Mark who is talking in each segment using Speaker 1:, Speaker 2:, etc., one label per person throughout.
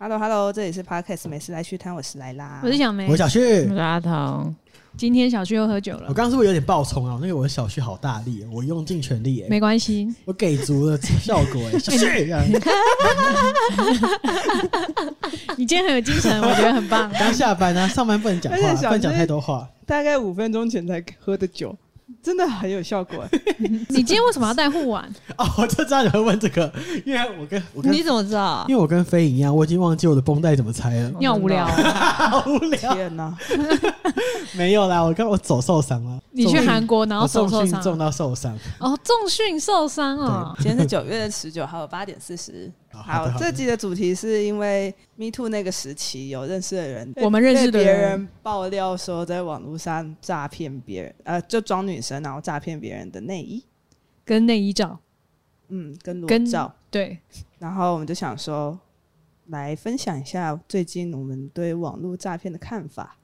Speaker 1: Hello，这里是 Podcast 美食来去摊，我是莱拉，
Speaker 2: 我是小梅，
Speaker 3: 我小旭，
Speaker 4: 我是阿桃，
Speaker 2: 今天小旭又喝酒
Speaker 3: 我
Speaker 2: 了，
Speaker 3: 刚刚是不是有点爆冲啊？那个我的小旭好大力，我用尽全力哎、
Speaker 2: 没关系，
Speaker 3: 我给足了效果 哎、小旭，这样
Speaker 2: 你今天很有精 神，我觉得很棒。
Speaker 3: 刚下班啊，上班不能讲话，
Speaker 1: 而且小旭
Speaker 3: 不能讲太多话。
Speaker 1: 大概五分钟前才喝的酒，真的很有效 果。
Speaker 2: 你今天为什么要带护腕？
Speaker 3: 哦，我就知道你会问这个，因为我跟我跟
Speaker 4: 你怎么知道
Speaker 3: 因？为我跟飞影一样，我已经忘记我的绷带怎么拆了，
Speaker 2: 你好无聊哦、
Speaker 3: 好无聊。
Speaker 1: 天哪，
Speaker 3: 没有啦，我刚我手受伤了。
Speaker 2: 你去韩国然后
Speaker 3: 重
Speaker 2: 手
Speaker 3: 训
Speaker 2: 受伤
Speaker 3: 我重训
Speaker 2: 啊
Speaker 3: 重到受伤。
Speaker 2: 哦，重训受伤哦。
Speaker 1: 今天是九月十九号八点四十。
Speaker 3: 好好
Speaker 1: 好
Speaker 3: 的，好
Speaker 1: 这
Speaker 3: 的
Speaker 1: 集的主题是因为 Me Too 那个时期有认识的人，
Speaker 2: 我们认识的
Speaker 1: 被
Speaker 2: 人
Speaker 1: 别人爆料说在网络上诈骗别人，呃，就装女生然后诈骗别人的内衣，
Speaker 2: 跟内衣照，
Speaker 1: 嗯，跟裸
Speaker 2: 跟
Speaker 1: 照。
Speaker 2: 对，
Speaker 1: 然后我们就想说，来分享一下最近我们对网络诈骗的看法。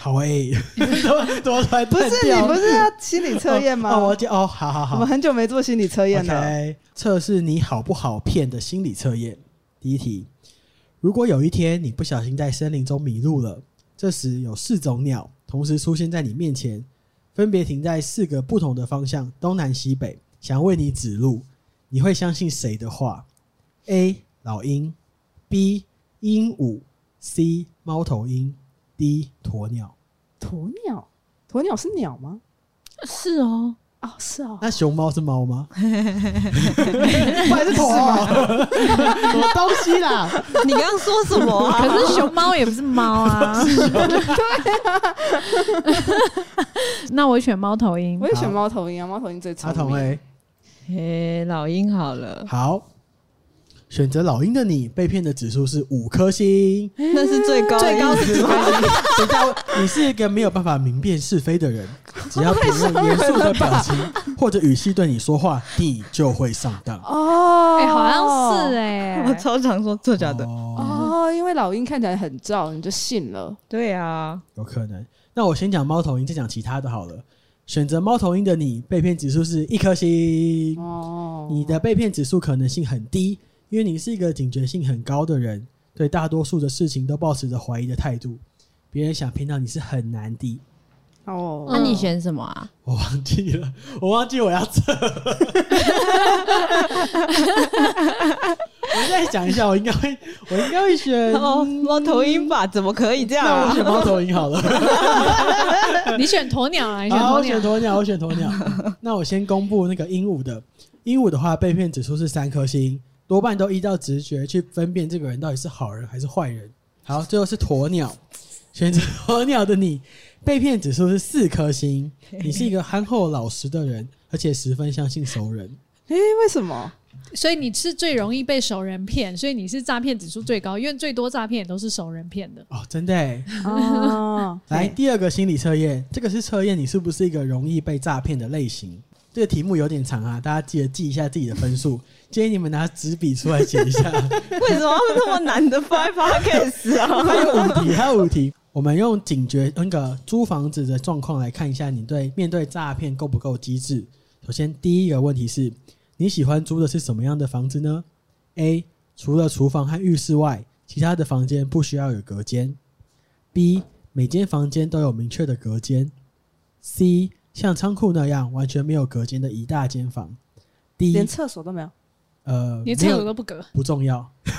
Speaker 3: 好哎、 怎么怎么突然
Speaker 1: 不是你不是要心理测验吗？
Speaker 3: 哦，我记哦，好好
Speaker 1: 我
Speaker 3: 好
Speaker 1: 们。很久没做心理测验了。
Speaker 3: OK，测试你好不好骗的心理测验。第一题：如果有一天你不小心在森林中迷路了，这时有四种鸟同时出现在你面前，分别停在四个不同的方向，东南西北，想为你指路，你会相信谁的话？A. 老鹰，B. 鹦鹉，C. 猫头鹰，D. 鸵鸟。
Speaker 1: 鸵鸟，鸵鸟是鸟吗？
Speaker 2: 是哦，
Speaker 1: 哦，是哦，
Speaker 3: 那熊猫是 猫吗？不还是鸵鸟？ 什么东西啦？
Speaker 4: 你刚刚说什么啊？
Speaker 2: 可是熊猫也不是猫 啊。对
Speaker 3: 哦
Speaker 2: 啊。 那我选猫头鹰
Speaker 1: 我。
Speaker 4: 哦
Speaker 1: 也选猫头鹰啊，猫头鹰最聪
Speaker 3: 阿童
Speaker 1: 明。
Speaker 3: 哎，
Speaker 4: 诶、老鹰好了，
Speaker 3: 好，选择老鹰的你被骗的指数是五颗星。
Speaker 4: 那是最高
Speaker 3: 最 高
Speaker 4: 是
Speaker 3: 指 数，等一下，你是一个没有办法明辨是非的 人，只要别人用严肃的表情或者语气对你说话，你就会上当。
Speaker 1: 哦，
Speaker 2: 哎、好像是哎、
Speaker 4: 我超常说这假的。
Speaker 3: 哦，
Speaker 1: 哦，因为老鹰看起来很燥，你就信了。
Speaker 4: 对啊，
Speaker 3: 有可能。那我先讲猫头鹰，再讲其他的好了。选择猫头鹰的你被骗指数是一颗星。
Speaker 1: 哦，
Speaker 3: 你的被骗指数可能性很低，因为你是一个警觉性很高的人，对大多数的事情都保持着怀疑的态度。别人想骗到你是很难的。
Speaker 1: 哦，
Speaker 4: 那你选什么啊？
Speaker 3: 我忘记了， 我忘记我要测。 我再讲一下，我应该会，我应该会选。
Speaker 4: 哦，猫头鹰吧？怎么可以这样
Speaker 3: 那我
Speaker 4: 啊？
Speaker 3: 选猫头鹰好了。
Speaker 2: 你选鸵鸟啊？你选
Speaker 3: 好，
Speaker 2: 鸵
Speaker 3: 我哦
Speaker 2: 鸟？
Speaker 3: 选鸵鸟，我选鸵鸟。 那我先公布那个鹦鹉的，鹦鹉的话被骗指数是三颗星，多半都依照直觉去分辨这个人到底是好人还是坏人。好，最后是鸵鸟，选择 鸵鸟的你被骗指数是四颗 星，你是一个憨厚老实的人，而且十分相信熟人。
Speaker 1: 哎，为什 么？
Speaker 2: 所以你是最容易被熟人骗，所以你是诈骗指数最高，因为最多诈骗也都是熟人骗的。
Speaker 3: 哦，真的欸。
Speaker 1: 哦，
Speaker 3: 来，
Speaker 1: 对
Speaker 3: 第二个心理测验，这个是测验你是不是一个容易被诈骗的类型。这个题目有点长啊，大家记得记一下自己的分数，建议你们拿纸笔出来写一下。
Speaker 4: 为什么要这么难的 Five Podcast 啊？
Speaker 3: 还有五题，还有五题。我们用警觉嗯那个租房子的状况来看一下，你对面对诈骗够不够机智？首先，第一个问题是，你喜欢租的是什么样的房子呢？A. 除了厨房和浴室外，其他的房间不需要有隔间。B. 每间房间都有明确的隔间。C. 像仓库那样完全没有隔间的一大间房。D.
Speaker 1: 连厕所都没有。
Speaker 3: 呃，
Speaker 2: 连
Speaker 3: 没
Speaker 2: 厕
Speaker 3: 有
Speaker 2: 所都不隔，
Speaker 3: 不 重要。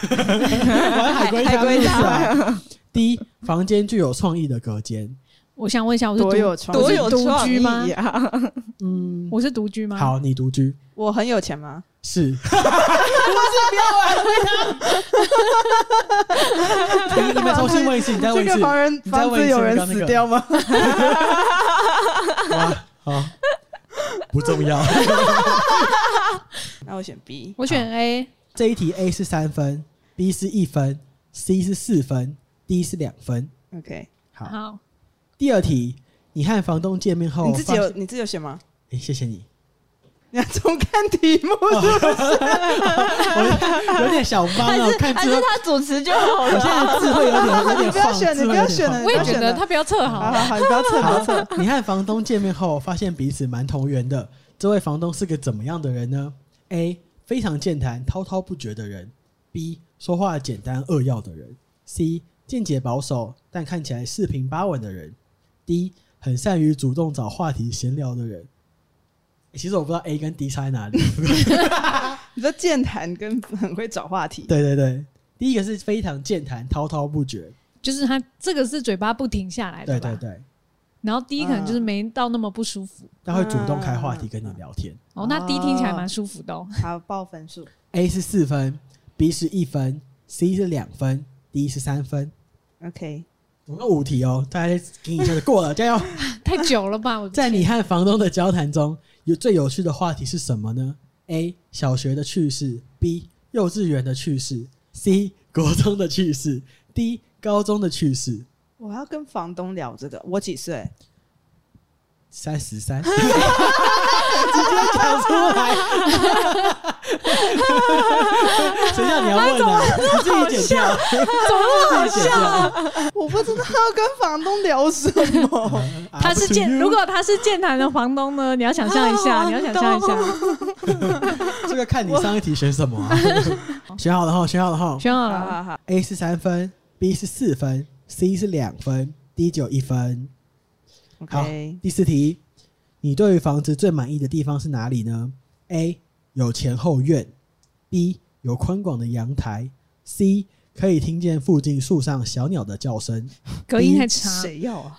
Speaker 3: 玩海龟汤是吧？第一，房间具有创意的隔间。
Speaker 2: 我想问一下，我是
Speaker 1: 多
Speaker 2: 独
Speaker 1: 有创意
Speaker 2: 我是独居吗
Speaker 4: 多有创意？啊？
Speaker 3: 嗯，
Speaker 2: 我是独居吗？，
Speaker 3: 好，你独居
Speaker 1: 我很有钱吗？
Speaker 3: 是？不 是，不要玩海龟汤。你你们重新问一次，你再问
Speaker 1: 这
Speaker 3: 一次
Speaker 1: 个。房人
Speaker 3: 你再
Speaker 1: 房
Speaker 3: 问一
Speaker 1: 子
Speaker 3: 次
Speaker 1: 有人
Speaker 3: 刚刚那
Speaker 1: 死
Speaker 3: 个
Speaker 1: 掉吗？
Speaker 3: 好，不 重要。
Speaker 1: 那我选 B。
Speaker 2: 我选 A。
Speaker 3: 这一题 A 是三分，B 是一分，C 是四分，D 是两分。
Speaker 1: OK，
Speaker 3: 好，
Speaker 2: 好，
Speaker 3: 第二题，你和房东见面后，
Speaker 1: 你自己
Speaker 3: 发
Speaker 1: 有
Speaker 3: 现？
Speaker 1: 你自己有选吗？
Speaker 3: 哎，谢谢你。
Speaker 1: 你要重看题目
Speaker 3: 哦
Speaker 1: 是不是？
Speaker 3: 我有点小帮
Speaker 4: 还
Speaker 3: 哦，
Speaker 4: 是
Speaker 3: 看
Speaker 4: 还
Speaker 3: 之
Speaker 4: 是
Speaker 3: 后。
Speaker 4: 他主持就好
Speaker 3: 我现
Speaker 4: 了？
Speaker 3: 在智慧有点有 点
Speaker 1: 你不要
Speaker 3: 晃，
Speaker 1: 选
Speaker 3: 智慧
Speaker 1: 你不要
Speaker 3: 有点
Speaker 1: 选
Speaker 3: 晃
Speaker 2: 我也觉
Speaker 1: 选
Speaker 2: 得
Speaker 1: 的
Speaker 2: 他不要测
Speaker 1: 好
Speaker 2: 好啊
Speaker 1: 好
Speaker 2: 了。
Speaker 1: 好，你不要测，不要测。
Speaker 3: 好，你和房东见面后，发现彼此蛮投缘的。这位房东是个怎么样的人呢？A. 非常健谈、滔滔不绝的人。B. 说话简单扼要的人；C. 见解保守但看起来四平八稳的人；D. 很善于主动找话题闲聊的人。欸其实我不知道 A 跟 D 差 在哪里。
Speaker 1: 你说健谈跟很会找话题，
Speaker 3: 对对对，第一个是非常健谈、滔滔不绝，
Speaker 2: 就是他这个是嘴巴不停下来
Speaker 3: 对
Speaker 2: 的吧？
Speaker 3: 对对，
Speaker 2: 然后第一可能就是没到那么不舒服。
Speaker 3: 他会主动开话题跟你聊天。
Speaker 2: 哦，那第一听起来蛮舒服的、哦。
Speaker 1: 好报分数。
Speaker 3: A 是四分，B 是一分，C 是两分，D 是三分。
Speaker 1: OK，
Speaker 3: 总共五题哦，大家给你就是过了，加 油！
Speaker 2: 太久了吧？我
Speaker 3: 在你和房东的交谈中，有最有趣的话题是什么呢？A. 小学的趣事，B. 幼稚园的趣事，C. 国中的趣事，D. 高中的趣事。
Speaker 1: 我要跟房东聊这个。我几岁？
Speaker 3: 三十三， 直接讲出来。 谁叫你要问啊？你自己剪掉，自己剪 掉。
Speaker 1: 我不知道要跟房东聊什 么。
Speaker 2: 他是健，
Speaker 3: 啊
Speaker 2: 如果他是健谈的房东呢？你要想象一下，
Speaker 4: 啊
Speaker 2: 你要想象一下。
Speaker 3: 这个看你上一题选什么啊、 选好了哈，选好了哈。
Speaker 2: 选好
Speaker 1: 好
Speaker 2: 了，
Speaker 1: 好好，
Speaker 3: A 是三分，B 是四分，C 是两分，D 只有一分。好
Speaker 1: OK，
Speaker 3: 第四题，你对于房子最满意的地方是哪里呢？A 有前后院，B 有宽广的阳台，C 可以听见附近树上小鸟的叫声，
Speaker 2: 隔音太差。
Speaker 1: 谁要啊？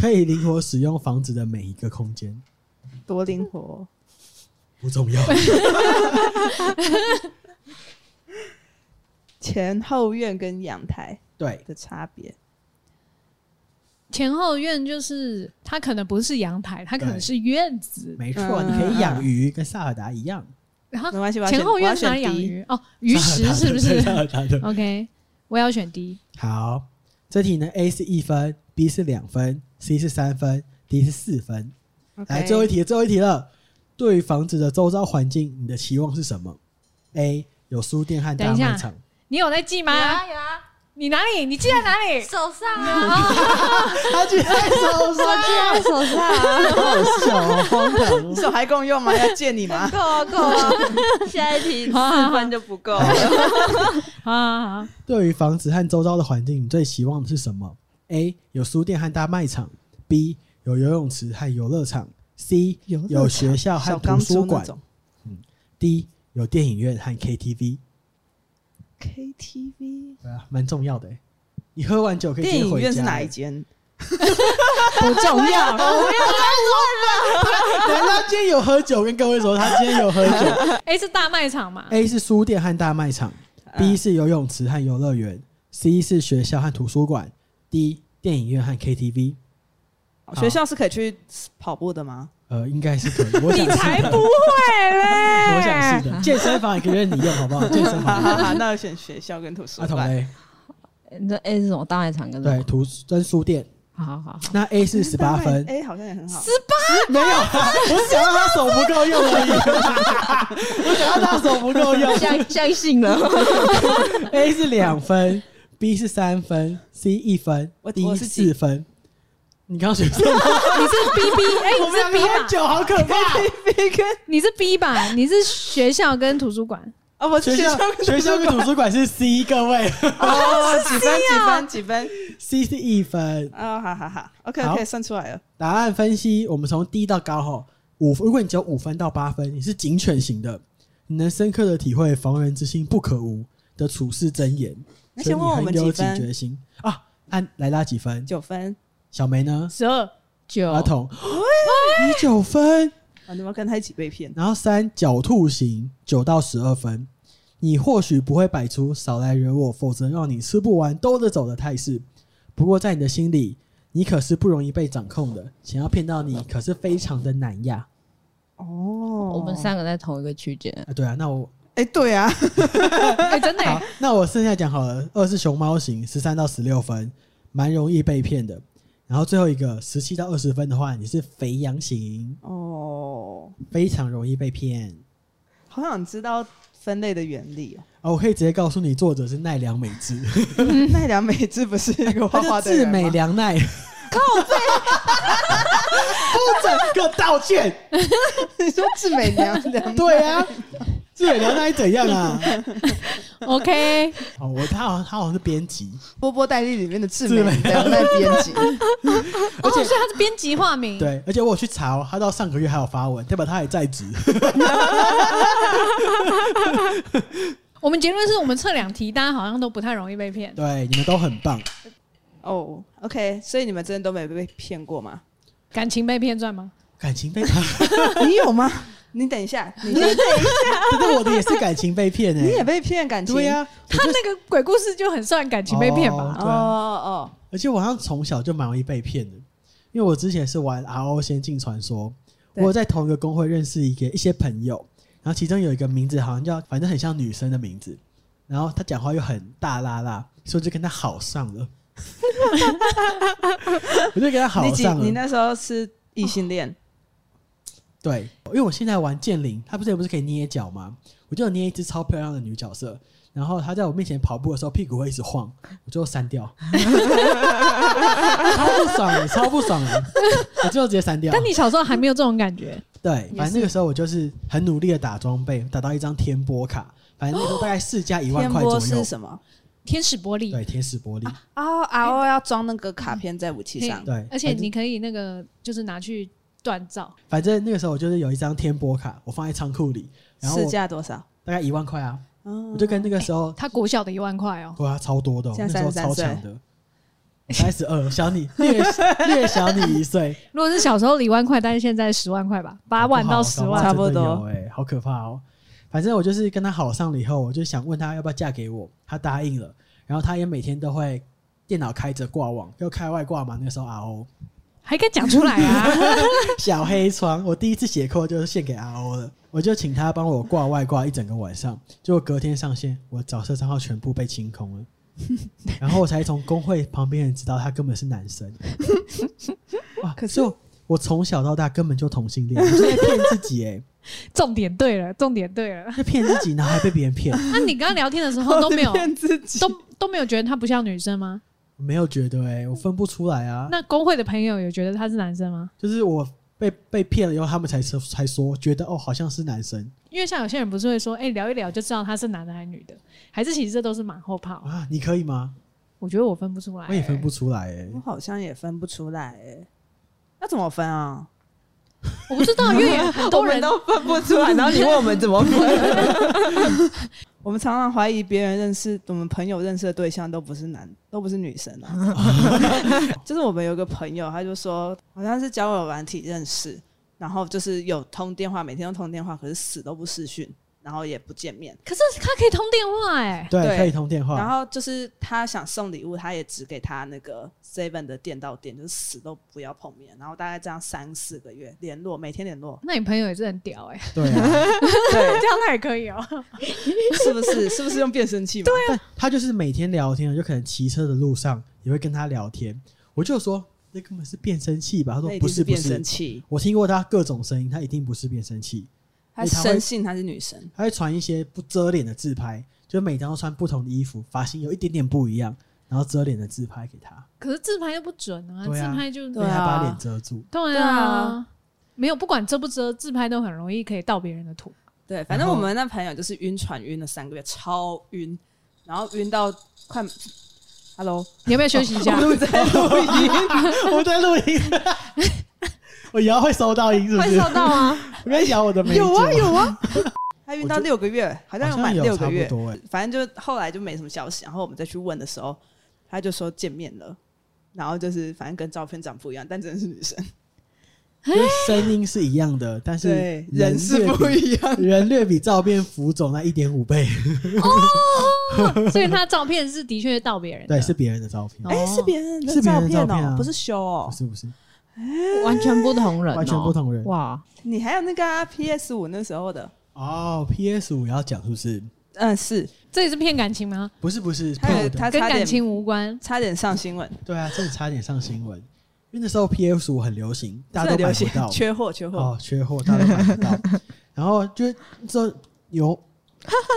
Speaker 3: 可以灵活使用房子的每一个空间。
Speaker 1: 多灵活。
Speaker 3: 不重要，
Speaker 1: 前后院跟阳台
Speaker 3: 对，
Speaker 1: 的差别，
Speaker 2: 前后院就是它可能不是阳台，它可能
Speaker 3: 对
Speaker 2: 是院子。
Speaker 3: 没错，
Speaker 1: 嗯
Speaker 3: 你可以养鱼，跟萨尔达一样。
Speaker 2: 然
Speaker 1: 没
Speaker 2: 后
Speaker 1: 关系，我要选
Speaker 2: 前后
Speaker 1: 我
Speaker 2: 院
Speaker 1: 要
Speaker 2: 是哪里
Speaker 1: 选
Speaker 2: 养
Speaker 1: D
Speaker 2: 鱼？哦，鱼
Speaker 3: 萨尔
Speaker 2: 食是
Speaker 3: 达
Speaker 2: 不
Speaker 3: 对
Speaker 2: 是
Speaker 3: 萨尔达的
Speaker 2: ？OK，我要选 D。
Speaker 3: 好，这题呢，A 是一分，B 是两分，C 是三分，D 是四分。
Speaker 1: OK。
Speaker 3: 来，最后一题，最后一题了。对于房子的周遭环境，你的期望是什么？A 有书店和大
Speaker 2: 等一下
Speaker 3: 卖场。
Speaker 2: 你有在记
Speaker 4: 有
Speaker 2: 吗？
Speaker 4: 啊有啊，
Speaker 2: 你哪里？你记在哪里？
Speaker 4: 手上啊，
Speaker 3: 他居然手上，
Speaker 4: 在手上啊，
Speaker 3: 好笑 哦，荒唐
Speaker 1: 你
Speaker 3: 哦。
Speaker 1: 手还共用吗？要借你吗？
Speaker 4: 够了够了，下一题四分就不够了。
Speaker 2: 好好好，
Speaker 3: 对于房子和周遭的环境，你最期望的是什么？A 有书店和大卖场。B 有游泳池和游乐场。C
Speaker 1: 游乐
Speaker 3: 有学校和
Speaker 1: 小
Speaker 3: 图
Speaker 1: 钢
Speaker 3: 书
Speaker 1: 珠那
Speaker 3: 馆。
Speaker 1: 种
Speaker 3: D 有电影院和 KTV。
Speaker 1: KTV。
Speaker 3: 对啊，蛮重要的欸。你喝完酒可以直
Speaker 1: 电
Speaker 3: 接
Speaker 1: 影
Speaker 3: 回家。欸
Speaker 1: 院是哪一间？
Speaker 2: 不重要。
Speaker 3: 等一下他今天有喝酒，跟各位说，他今天有喝酒。
Speaker 2: A 哎是大卖场 嘛
Speaker 3: A 是书店和大卖场，B 是游泳池和游乐园，C 是学校和图书馆，D 电影院和 KTV。
Speaker 1: 好哦学校是可以去跑步的吗？
Speaker 3: 呃，应该是可以。我
Speaker 2: 你
Speaker 3: 想
Speaker 2: 才
Speaker 3: 是
Speaker 2: 不
Speaker 3: 的，
Speaker 2: 会嘞！
Speaker 3: 我想是的。健身房也可以任你用，好不好？健身
Speaker 1: 哈
Speaker 3: 房。
Speaker 1: 哈哈，那我选学校跟图书
Speaker 3: 阿童
Speaker 1: 馆。
Speaker 3: 嘞，
Speaker 4: 你这 A 哎是什么？大卖场跟
Speaker 3: 对，图书跟书店。
Speaker 4: 好好好，
Speaker 3: 那 A 是十八分，
Speaker 1: 哎，好像也很好。
Speaker 3: 没有，我想到他手不够用而已。 我想到他手不够用。
Speaker 4: 相相信了，
Speaker 3: A 是两分，B 是三分，C 一分
Speaker 1: 我
Speaker 3: ，D
Speaker 1: 我
Speaker 3: 是
Speaker 1: 是几
Speaker 3: 四分。你刚刚选什 么？
Speaker 2: 你是 B B，哎，
Speaker 3: 我
Speaker 2: 你
Speaker 3: 们两
Speaker 2: 是
Speaker 3: 个
Speaker 2: B
Speaker 3: 喝
Speaker 2: 吧？
Speaker 3: 酒，好可怕！
Speaker 2: 你是 B 吧？你是学校跟图书馆，
Speaker 1: 啊，我
Speaker 3: 学校 学校跟图书馆是 C，各位
Speaker 1: 哦，几分几分几分？
Speaker 3: ，C 是一分。
Speaker 1: 哦，好好好，OK
Speaker 3: 好
Speaker 1: OK，算出来了。
Speaker 3: 答案分析，我们从低到高吼，五如果你只有五分到八分，你是警犬型的，你能深刻的体会“防人之心不可无”的处世箴言，
Speaker 1: 那
Speaker 3: 所
Speaker 1: 先
Speaker 3: 以你
Speaker 1: 问我
Speaker 3: 很
Speaker 1: 们几
Speaker 3: 有警
Speaker 1: 分
Speaker 3: 觉心啊。按莱拉几分？
Speaker 1: 九分，
Speaker 3: 小梅呢？
Speaker 2: 十二九
Speaker 3: 阿童，你九分。
Speaker 1: 啊，你们跟他一起被骗。
Speaker 3: 然后三狡兔型九到十二分，你或许不会摆出少来惹我，否则让你吃不完兜着走的态势。不过在你的心里，你可是不容易被掌控的，想要骗到你可是非常的难呀。
Speaker 1: 哦，
Speaker 4: 我们，三个在同一个区 间，
Speaker 3: 啊，对啊，那我
Speaker 1: 哎，对 啊，
Speaker 2: 哎，真的
Speaker 3: 好
Speaker 2: 耶，
Speaker 3: 那我剩下讲好了，二是熊猫型十三到十六分，蛮容易被骗的。然后最后一个十七到二十分的话，你是肥羊型，
Speaker 1: 哦，
Speaker 3: 非常容易被骗。
Speaker 1: 好想知道分类的原理哦。
Speaker 3: 啊，我可以直接告诉你，作者是奈良美智，
Speaker 1: 奈良美智不是一个画
Speaker 3: 嗯他
Speaker 1: 画
Speaker 3: 就
Speaker 1: 的
Speaker 3: 自
Speaker 1: 人吗
Speaker 3: 美良 奈。靠背，不整个道歉。
Speaker 1: 你说志美娘娘？
Speaker 3: 对啊，志伟聊那里怎样啊？
Speaker 2: OK，
Speaker 3: 哦，我他好像他好像是编辑，
Speaker 1: 《波波戴利》里面的志
Speaker 3: 志
Speaker 1: 美
Speaker 3: 美
Speaker 1: 两代编辑，
Speaker 2: 哦，所以他是编辑化名，
Speaker 3: 对，而且我有去查、哦，他到上个月还有发文，代表他还在职。
Speaker 2: 我们结论是我们测两题，大家好像都不太容易被骗。
Speaker 3: 对，你们都很棒。
Speaker 1: 哦、o k 所以你们真的都没被骗过 吗？
Speaker 2: 感情被骗赚吗？
Speaker 3: 感情被骗，
Speaker 1: 你有吗？你等一下，你先
Speaker 3: 可是我的也是感情被骗哎、
Speaker 1: 你也被骗感情？
Speaker 3: 对啊呀、我
Speaker 2: 他
Speaker 3: 就
Speaker 2: 那个鬼故事就很算感情被骗吧？
Speaker 3: 哦
Speaker 1: 哦
Speaker 3: 对啊
Speaker 1: 哦
Speaker 3: 而且我好像从小就蛮容易被骗的，因为我之前是玩 RO 仙境传说，我
Speaker 1: 对
Speaker 3: 有在同一个公会认识一个一些朋友，然后其中有一个名字好像叫，反正很像女生的名字，然后她讲话又很大啦啦，所以我就跟她好上了，我就跟她
Speaker 1: 哦，
Speaker 3: 好哦
Speaker 1: 你几？
Speaker 3: 上
Speaker 1: 你
Speaker 3: 了。
Speaker 1: 那时候是异性恋？
Speaker 3: 对，因为我现在玩剑灵，她不是也不是可以捏脚吗？我就有捏一只超漂亮的女角色，然后她在我面前跑步的时候屁股会一直晃，我就删掉， 超不爽的，超不爽的，我最后直接删掉。
Speaker 2: 但你小时候还没有这种感觉，
Speaker 3: 对，
Speaker 1: 也
Speaker 3: 反正那个时候我就是很努力的打装备，打到一张天波卡，反正那时候大概市价一万
Speaker 1: 天
Speaker 3: 块左
Speaker 1: 波
Speaker 3: 右
Speaker 1: 是。什么？
Speaker 2: 天使玻璃。
Speaker 3: 对，天使玻璃，
Speaker 1: 哦，RO 要装那个卡片在武器上。
Speaker 3: 对，
Speaker 2: 而且你可以那个就是拿去锻造，
Speaker 3: 反正那个时候我就是有一张天波卡，我放在仓库里，然后
Speaker 1: 市
Speaker 3: 我
Speaker 1: 价多少？
Speaker 3: 大概一万块啊，
Speaker 1: 嗯
Speaker 3: 我就跟那个时候
Speaker 2: 他国小的一万块哦，
Speaker 3: 哇超多的哦，那
Speaker 1: 现
Speaker 3: 时
Speaker 1: 在
Speaker 3: 候
Speaker 1: 33
Speaker 3: 超强的，三十二，小你 略略小你一岁，
Speaker 2: 如果是小时候的一万块，但是现在十万块吧， 八万到十
Speaker 3: 搞不好
Speaker 2: 万，
Speaker 1: 差不多
Speaker 3: 搞好真的有哎，好可怕哦！反正我就是跟他好上了以后，我就想问他要不要嫁给我，他答应了，然后他也每天都会电脑开着挂网，又开外挂嘛，那个时候 RO
Speaker 2: 还敢讲出来啊？
Speaker 3: 小黑窗，我第一次写扣就是献给 RO 了，我就请他帮我挂外挂一整个晚上，结果隔天上线，我角色账号全部被清 空了。然后我才从工会旁边人知道他根本是男 生，哇！
Speaker 1: 可是
Speaker 3: 所以我我从小到大根本就同性恋，我就在骗自己哎、
Speaker 2: 重点对了，重点对了。
Speaker 3: 就骗自己，然后还被别人骗，
Speaker 2: 那你刚刚聊天的时候都没有
Speaker 1: 骗自己。
Speaker 2: 都都没有觉得他不像女生吗？
Speaker 3: 我没有觉得哎、我分不出来啊。
Speaker 2: 那工会的朋友有觉得他是男生吗？
Speaker 3: 就是我被被骗了以后，他们才说才说，觉得哦好像是男生
Speaker 2: 因为像有些人不是会说，哎、聊一聊就知道他是男的还是女的，还是其实这都是马后炮。
Speaker 3: 啊，你可以吗？
Speaker 2: 我觉得我分不出来、
Speaker 3: 我也分不出来哎、
Speaker 1: 我好像也分不出来、欸，那怎么分啊？
Speaker 2: 我不知道，因为 也很多人
Speaker 4: 都分不出 来，然后你问我们怎么分？
Speaker 1: 我们常常怀疑别人认识我们朋友认识的对象都不是男，都不是女生 啊。就是我们有一个朋友，他就说好像是交友软体认识，然后就是有通电话，每天都通电话，可是死都不视讯，然后也不见面。
Speaker 2: 可是他可以通电话哎、，
Speaker 3: 对，
Speaker 1: 对
Speaker 3: 可以通电
Speaker 1: 然
Speaker 3: 话，
Speaker 1: 后就是他想送礼物，他也只给他那个 seven 的店到店，就是死都不要碰面。然后大概这样三四个月联络，每天联络
Speaker 2: 那你朋友也是很屌 哎、欸，
Speaker 3: 对啊。
Speaker 1: 对，
Speaker 2: 这样他也可以哦、
Speaker 1: 是不是？是不是用变声器嘛？对
Speaker 3: 但他就是每天聊天，就可能骑车的路上也会跟他聊天。我就说那根本是变声器吧？他说
Speaker 1: 那一
Speaker 3: 不
Speaker 1: 定
Speaker 3: 是不
Speaker 1: 变声
Speaker 3: 是，
Speaker 1: 器。
Speaker 3: 我听过他各种声音，他一定不是变声器，
Speaker 1: 他
Speaker 3: 因为他会
Speaker 1: 深信她是女生，
Speaker 3: 他会传一些不遮脸的自拍，就每张都穿不同的衣服，发型有一点点不一样，然后遮脸的自拍给他。
Speaker 2: 可是自拍又不准啊，
Speaker 3: 对啊
Speaker 2: 自拍就
Speaker 1: 对
Speaker 3: 对，
Speaker 1: 啊
Speaker 3: 他把脸遮 住。
Speaker 2: 对
Speaker 1: 对
Speaker 2: 啊
Speaker 1: 啊，
Speaker 2: 没有不管遮不遮，自拍都很容易可以盗别人的图。
Speaker 1: 对，反正我们那朋友就是晕船晕了三个月，超晕，然后晕到快，Hello，
Speaker 2: 你要不要休息 一下？
Speaker 3: 我在录音，我以后会收到音是不
Speaker 2: 会
Speaker 3: 是？
Speaker 2: 收到吗？
Speaker 3: 我跟你讲我的美酒
Speaker 1: 有啊有啊，他晕
Speaker 3: 我
Speaker 1: 到
Speaker 3: 觉
Speaker 1: 六个月，好像有
Speaker 3: 好像
Speaker 1: 满
Speaker 3: 有
Speaker 1: 六个
Speaker 3: 差
Speaker 1: 月
Speaker 3: 不多欸，
Speaker 1: 反正就后来就没什么消息，然后我们再去问的时候，他就说见面了。然后就是，反正跟照片长不一样，但真的是女生，
Speaker 3: 因为声音是一样的，但是
Speaker 1: 对，人是不一样。
Speaker 3: 样， 人略比照片浮肿那一点 五倍，
Speaker 2: 所以他照片是的确盗别人的，
Speaker 3: 对，是别人的照片，
Speaker 2: 哦
Speaker 1: 啊哎，是别人
Speaker 3: 是
Speaker 1: 的
Speaker 3: 别人的
Speaker 1: 片
Speaker 3: 照片
Speaker 1: 哦，
Speaker 3: 啊
Speaker 1: 不是修哦
Speaker 3: 不。是不是，
Speaker 4: 完全不同人、哦
Speaker 3: 完全不。同人。
Speaker 4: 哇，
Speaker 1: 你还有那个 PS 五那时候的，
Speaker 3: 哦，PS 五要讲是不是？
Speaker 1: 嗯，是
Speaker 2: 这也是骗感情吗？
Speaker 3: 不是不是，
Speaker 1: 他有
Speaker 3: 骗我的
Speaker 1: 他
Speaker 2: 跟
Speaker 1: 差
Speaker 2: 感
Speaker 1: 点
Speaker 2: 情无关。
Speaker 1: 差点上新闻，
Speaker 3: 对啊，真的差点上新闻，因为那时候 PS 五很 流行，大家
Speaker 1: 这
Speaker 3: 都买
Speaker 1: 流
Speaker 3: 不
Speaker 1: 行
Speaker 3: 到，
Speaker 1: 缺货缺货。
Speaker 3: 哦，缺货，大家都买不 到。然后就这有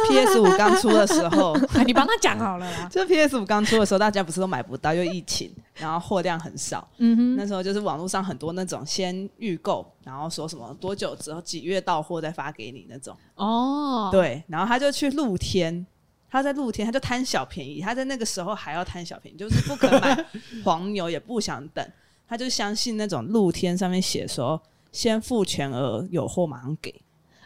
Speaker 1: PS 五刚出的时候，
Speaker 2: 啊、你帮他讲好了啦
Speaker 1: 。就 PS 五刚出的时候，大家不是都买不到，又疫情，然后货量很少。
Speaker 2: 嗯哼，
Speaker 1: 那时候就是网络上很多那种先预购，然后说什么多久之后几月到货再发给你那种。
Speaker 2: 哦，，
Speaker 1: 对，然后他就去露天，他在露天，他就贪小便宜，他在那个时候还要贪小便宜，就是不肯 买黄牛，也不想等，他就相信那种露天上面写说先付全额，有货马上给。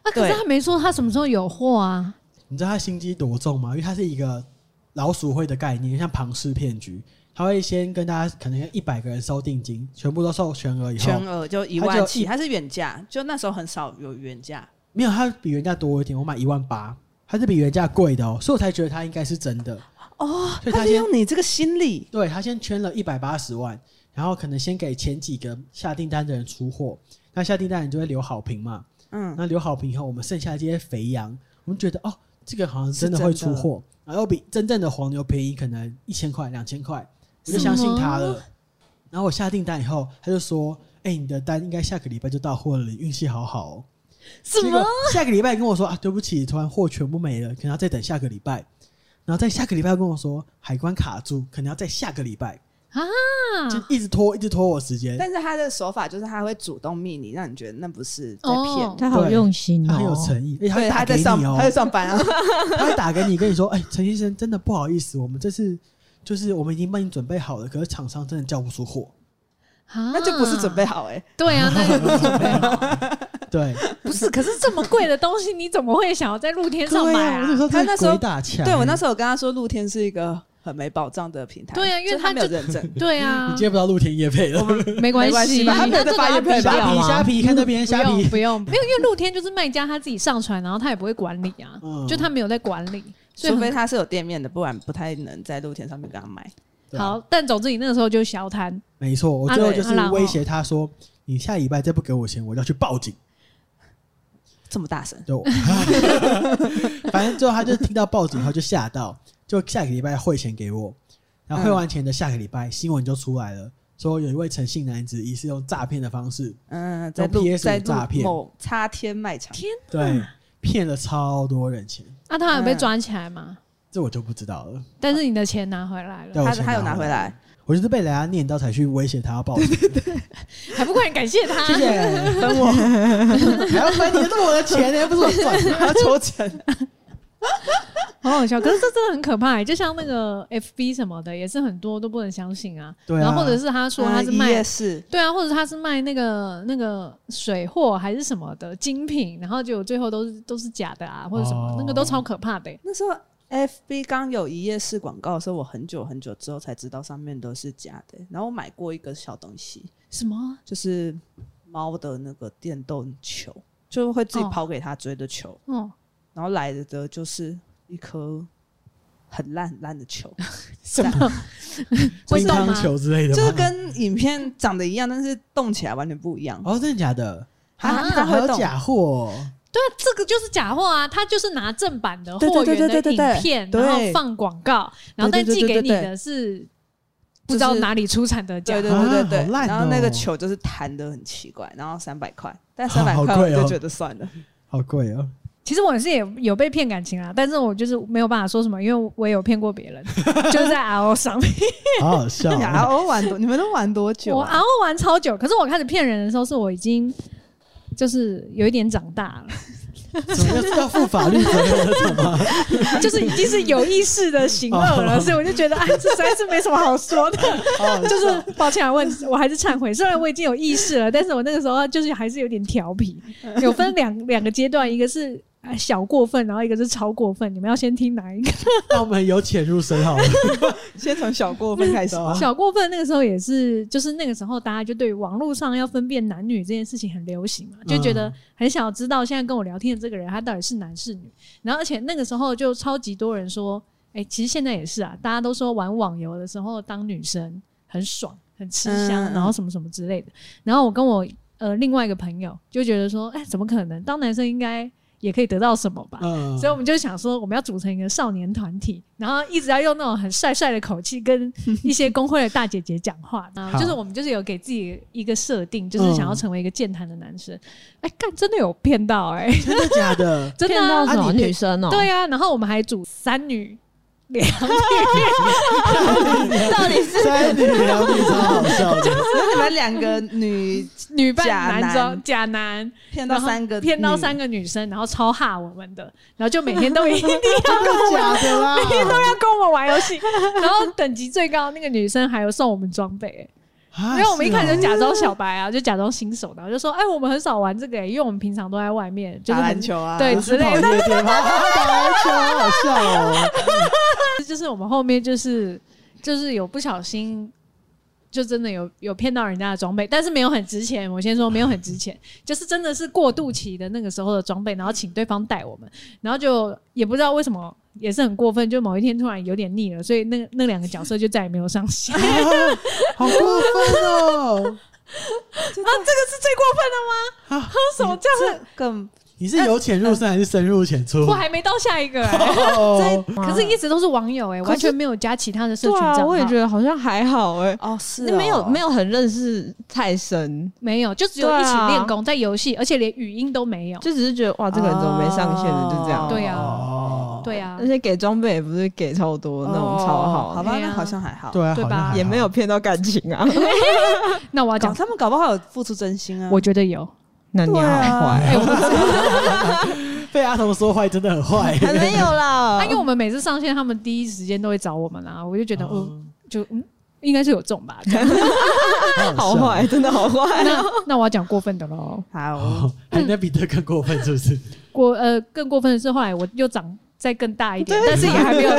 Speaker 2: 啊，可是
Speaker 1: 对
Speaker 2: 他没说他什么时候有货啊。
Speaker 3: 你知道他心机多重吗？因为它是一个老鼠会的概念，像庞氏骗局，他会先跟大家可能一百个人收定金，全部都收全额以后
Speaker 1: 全，额就一
Speaker 3: 他
Speaker 1: 万
Speaker 3: 就
Speaker 1: 起，
Speaker 3: 一
Speaker 1: 它是原价，就那时候很少有原价。
Speaker 3: 没有，它比原价多一点，我买一万八，它是比原价贵的哦，所以我才觉得它应该是真的。
Speaker 1: 哦，
Speaker 3: 所以
Speaker 1: 他
Speaker 3: 他
Speaker 1: 就
Speaker 3: 先
Speaker 1: 用你这个心理，
Speaker 3: 对他先圈了一百八十万，然后可能先给前几个下订单的人出货，那下订单的人就会留好评嘛。
Speaker 1: 嗯，
Speaker 3: 那留好评以后，我们剩下这些肥羊，我们觉得哦，这个好像真的会出货，然后比真正的黄牛便宜可能一千块、两千块，我就相信他了。然后我下订单以后，他就说：“哎、你的单应该下个礼拜就到货了，你运气好好、哦。”
Speaker 2: 什
Speaker 3: 结果
Speaker 2: 么？
Speaker 3: 下个礼拜跟我说啊，对不起，突然货全部没了，可能要再等下个礼拜。然后在下个礼拜又跟我说海关卡住，可能要在下个礼拜，
Speaker 2: 啊
Speaker 3: 就一直拖，一直拖我时间。
Speaker 1: 但是他的手法就是他会主动密你，让你觉得那不是在骗。
Speaker 2: 哦
Speaker 1: 你。
Speaker 5: 他好用心
Speaker 3: 他
Speaker 5: 哦，
Speaker 3: 很有诚意，而且
Speaker 1: 对，
Speaker 3: 会
Speaker 1: 他
Speaker 3: 打给
Speaker 1: 在上
Speaker 3: 你哦、
Speaker 1: 他在上班 啊，
Speaker 3: 他会打给你，跟你说，哎、陈先生，真的不好意思，我们这次就是我们已经帮你准备好了，可是厂商真的叫不出货。
Speaker 2: 啊
Speaker 1: 那就不是准备好 哎、
Speaker 2: 对啊，那就不是准备好。
Speaker 3: 对，
Speaker 2: 不是，可是这么贵的东西，你怎么会想要在露天上
Speaker 3: 对
Speaker 2: 买
Speaker 3: 呀、我那时
Speaker 2: 啊？
Speaker 3: 候真
Speaker 1: 他那
Speaker 3: 的
Speaker 1: 时候
Speaker 3: 鬼打墙。
Speaker 1: 对我那
Speaker 3: 候
Speaker 1: 时候有跟他说，露天是一个很没保障的平台。
Speaker 2: 对啊因为
Speaker 1: 就
Speaker 2: 他
Speaker 1: 他没有
Speaker 2: 就。
Speaker 1: 认证
Speaker 2: 对啊
Speaker 3: 你，接不到露天夜配了，
Speaker 1: 没
Speaker 2: 没
Speaker 1: 关系
Speaker 2: 系，
Speaker 1: 吧他没有
Speaker 2: 这
Speaker 1: 在发
Speaker 2: 个要
Speaker 1: 业配
Speaker 2: 比
Speaker 1: 吧
Speaker 2: 较
Speaker 3: 虾皮
Speaker 2: 啊
Speaker 3: 虾皮，看那边虾
Speaker 2: 不用
Speaker 3: 皮。
Speaker 2: 不用，没有，因为露天就是卖家他自己上传，然后他也不会管理啊，
Speaker 3: 嗯
Speaker 2: 就他没有在管理，所以
Speaker 1: 除
Speaker 2: 很
Speaker 1: 非他是有店面的，不然不太能在露天上面跟他买。
Speaker 3: 对啊
Speaker 2: 好。但总之你那个时候就小摊，
Speaker 3: 没错，我
Speaker 2: 啊
Speaker 3: 最后
Speaker 2: 对
Speaker 3: 就
Speaker 2: 啊
Speaker 3: 是
Speaker 2: 然后
Speaker 3: 威胁
Speaker 1: 哦
Speaker 3: 他说：“你下礼拜再不给我钱，我就要去报警。
Speaker 1: 这么大声，
Speaker 3: 就” 反正最后他就听到报警以后就吓到，就下个礼拜汇钱给我。
Speaker 1: 嗯
Speaker 3: 然后汇完钱的下个礼拜，新闻就出来了，说有一位诚信男子疑似用诈骗的方式，
Speaker 1: 嗯，在
Speaker 3: 用
Speaker 1: 露
Speaker 3: PS5
Speaker 1: 在
Speaker 3: 诈
Speaker 1: 露
Speaker 3: 骗
Speaker 1: 某擦天卖场，
Speaker 3: 对，
Speaker 1: 嗯
Speaker 3: 骗了超多人钱。
Speaker 2: 那啊他有被抓起来吗？
Speaker 3: 这我就不知道了。
Speaker 2: 但是你的钱拿回来了，
Speaker 3: 但我
Speaker 1: 他
Speaker 3: 钱
Speaker 1: 他有拿回来，，
Speaker 3: 我就是被人家念到才去威胁他要报 警。
Speaker 2: 还不快点感谢他？
Speaker 3: 谢 谢，分我，还要分你，这是我的钱呢，不是我 赚的，还要求钱。
Speaker 2: 好好笑，可是这真的很可怕、欸就像那个 FB 什么的，也是很多都不能相信啊。
Speaker 3: 对啊
Speaker 2: 然后或者是他说他是卖，
Speaker 1: 夜市，
Speaker 2: 对啊，或者他是卖那个那个水货还是什么的精品，然后结果最后都是都是假的啊，或者什么，
Speaker 3: 哦
Speaker 2: 那个都超可怕的欸、
Speaker 1: 那时候 FB 刚有一页式广告的时候，我很久很久之后才知道上面都是假的。然后我买过一个小东西，
Speaker 2: 什么？
Speaker 1: 就是猫的那个电动球，就会自己
Speaker 2: 哦
Speaker 1: 跑给它追的球，
Speaker 2: 哦，
Speaker 1: 然后来的就是一颗很烂很烂的球，
Speaker 2: 什么？啊 会
Speaker 3: 乒
Speaker 2: 动吗
Speaker 3: 乓？球之类的吗，
Speaker 1: 就是跟影片长得一样，但是动起来完全不一样。
Speaker 3: 哦，真的假的？
Speaker 2: 啊
Speaker 3: 啊
Speaker 1: 它它
Speaker 3: 还
Speaker 1: 会
Speaker 3: 有
Speaker 1: 动，
Speaker 3: 假货哦、
Speaker 2: 对啊，这个就是假货啊！他就是拿正版的
Speaker 1: 对
Speaker 2: 货
Speaker 1: 对对
Speaker 2: 源
Speaker 1: 对
Speaker 2: 的
Speaker 1: 对对
Speaker 2: 影片，
Speaker 1: 对
Speaker 2: 然后放广告，然后但
Speaker 1: 对对对
Speaker 2: 寄给你
Speaker 1: 对对
Speaker 2: 的是不知道
Speaker 1: 就是
Speaker 2: 哪里出产的假
Speaker 1: 对
Speaker 2: 货
Speaker 1: 对。对对对，
Speaker 3: 啊好烂哦
Speaker 1: 然后那个球就是弹的很奇怪，然后三百块，但
Speaker 3: 好
Speaker 1: 三百
Speaker 3: 好
Speaker 1: 块
Speaker 3: 贵
Speaker 1: 我就
Speaker 3: 哦
Speaker 1: 觉得算了，
Speaker 3: 好贵哦、
Speaker 2: 其实我也是也有被骗感情啦，但是我就是没有办法说什么，因为我也有骗过别人，就是在 RO 上面，
Speaker 3: 好好 笑、
Speaker 1: 然
Speaker 3: 哦。
Speaker 1: 后玩多，你们都玩多久、
Speaker 2: 我
Speaker 1: 啊？
Speaker 2: RO 玩超久，可是我开始骗人的时候，是我已经就是有一点长大了，
Speaker 3: 怎么要要负法律责任那种吗？
Speaker 2: 就是已经是有意识的行恶了，所以我就觉得哎，这实在是没什么好说的，
Speaker 3: 哦好好笑
Speaker 2: 就是抱歉啊，问我还是忏悔，虽然我已经有意识了，但是我那个时候就是还是有点调皮，有分两两个阶段，一个是。哎小过分，然后一个是超过分，你们要先听哪一个？
Speaker 3: 那我们由浅入深好了。
Speaker 1: 先从小过分开始
Speaker 3: 啊
Speaker 1: 吧。
Speaker 2: 小过分那个时候也是，就是那个时候大家就对网络上要分辨男女这件事情很流行
Speaker 1: 嗯
Speaker 2: 嘛，就觉得很想知道现在跟我聊天的这个人他到底是男是女。然后而且那个时候就超级多人说，哎、其实现在也是啊，大家都说玩网游的时候当女生很爽、很吃香，
Speaker 1: 嗯
Speaker 2: 然后什么什么之类的。然后我跟我呃另外一个朋友就觉得说，哎、怎么可能？当男生应该也可以得到什么吧？
Speaker 3: 嗯，
Speaker 2: 所以我们就想说，我们要组成一个少年团体，然后一直要用那种很帅帅的口气跟一些工会的大姐姐讲话。然后就是我们就是有给自己一个设定，就是想要成为一个健谈的男生。哎、干，真的有骗到哎、
Speaker 3: 真的假的？
Speaker 2: 真的
Speaker 5: 骗
Speaker 2: 啊、
Speaker 5: 到什
Speaker 3: 啊
Speaker 5: 么
Speaker 3: 你骗
Speaker 5: 女生哦？
Speaker 2: 对啊。然后我们还组三女两女，
Speaker 5: 到底是
Speaker 3: 塞你两笔超好笑的，
Speaker 1: 你们两个女
Speaker 2: 女扮
Speaker 1: 假
Speaker 2: 男
Speaker 1: 男
Speaker 2: 装假男，
Speaker 1: 骗
Speaker 2: 然
Speaker 1: 到
Speaker 2: 后
Speaker 1: 三个，
Speaker 2: 骗到三
Speaker 1: 个，
Speaker 2: 个女生，然后超哈我们的，然后就每天都一定
Speaker 3: 真的假的 啦？啊
Speaker 2: 要跟我们玩游戏，然后等级最高那个女生还有送我们装备、欸
Speaker 3: 啊
Speaker 2: 因为我们一开始
Speaker 3: 是
Speaker 2: 就
Speaker 3: 哦
Speaker 2: 假装小白啊，就假装新手，然后就说：“哎、我们很少玩这个、欸，因为我们平常都在外面，就是
Speaker 1: 打
Speaker 2: 很
Speaker 1: 篮、球啊，
Speaker 2: 对
Speaker 3: 我
Speaker 2: 之
Speaker 3: 是
Speaker 2: 类
Speaker 3: 跑夜
Speaker 2: 的。
Speaker 3: 店，好好打篮球，好好笑 哦。
Speaker 2: 就是我们后面就是就是有不小心，就真的有有骗到人家的装备，但是没有很值钱。我先说没有很值钱，就是真的是过渡期的那个时候的装备，然后请对方带我们，然后就也不知道为什么。”也是很过分，就某一天突然有点腻了，所以那那两个角色就再也没有上线。
Speaker 3: 啊好过分哦！
Speaker 2: 是最过分的吗？
Speaker 3: 啊，
Speaker 2: 为什么这样？
Speaker 1: 这更
Speaker 3: 你是由浅入深还是深入浅出？
Speaker 2: 我还没到下一个、欸，
Speaker 3: 哦
Speaker 2: 可是一直都是网友哎、
Speaker 4: 可是
Speaker 2: 完全没有加其他的社群
Speaker 4: 对
Speaker 2: 账
Speaker 4: 啊，
Speaker 2: 号。
Speaker 4: 我也觉得好像还好哎、
Speaker 1: 哦是
Speaker 4: 你没有没
Speaker 1: 有
Speaker 4: 有很认识太深，
Speaker 2: 没有，就只有
Speaker 4: 对啊
Speaker 2: 一起练功，在游戏，而且连语音都没有。
Speaker 4: 就只是觉得哇，啊这个人怎么没上线的，就这样。
Speaker 2: 哦对啊呀
Speaker 3: 哦，
Speaker 2: 对啊
Speaker 4: 而，且给装备也不是给超多那种超好
Speaker 1: 哦好
Speaker 4: 的，
Speaker 1: 吧，
Speaker 2: 对啊
Speaker 1: 那好像还好，
Speaker 3: 对啊，
Speaker 2: 对
Speaker 3: 好像
Speaker 2: 吧
Speaker 3: 还好
Speaker 4: 也没有骗到感情啊。
Speaker 2: 那我
Speaker 1: 搞
Speaker 2: 要讲，
Speaker 1: 他们搞不好有付出真心啊，
Speaker 2: 我觉得 有，
Speaker 4: 那你好 坏，
Speaker 2: 哎，我不知道
Speaker 3: 被阿童说坏，真的很坏。
Speaker 4: 还没有啦
Speaker 2: 啊，因为我们每次上线，他们第一时间都会找我们啊，我就觉
Speaker 4: 哦
Speaker 2: 得，嗯，就嗯，应该是有中吧。 这样
Speaker 4: 好
Speaker 3: 笑哦
Speaker 4: 坏，真的好坏。
Speaker 2: 那那我要讲过分的喽，
Speaker 1: 好
Speaker 3: 哦，还那比这更过分是不是？
Speaker 2: 过呃更过分的是，后来我又长再更大一点，但是也还没 有，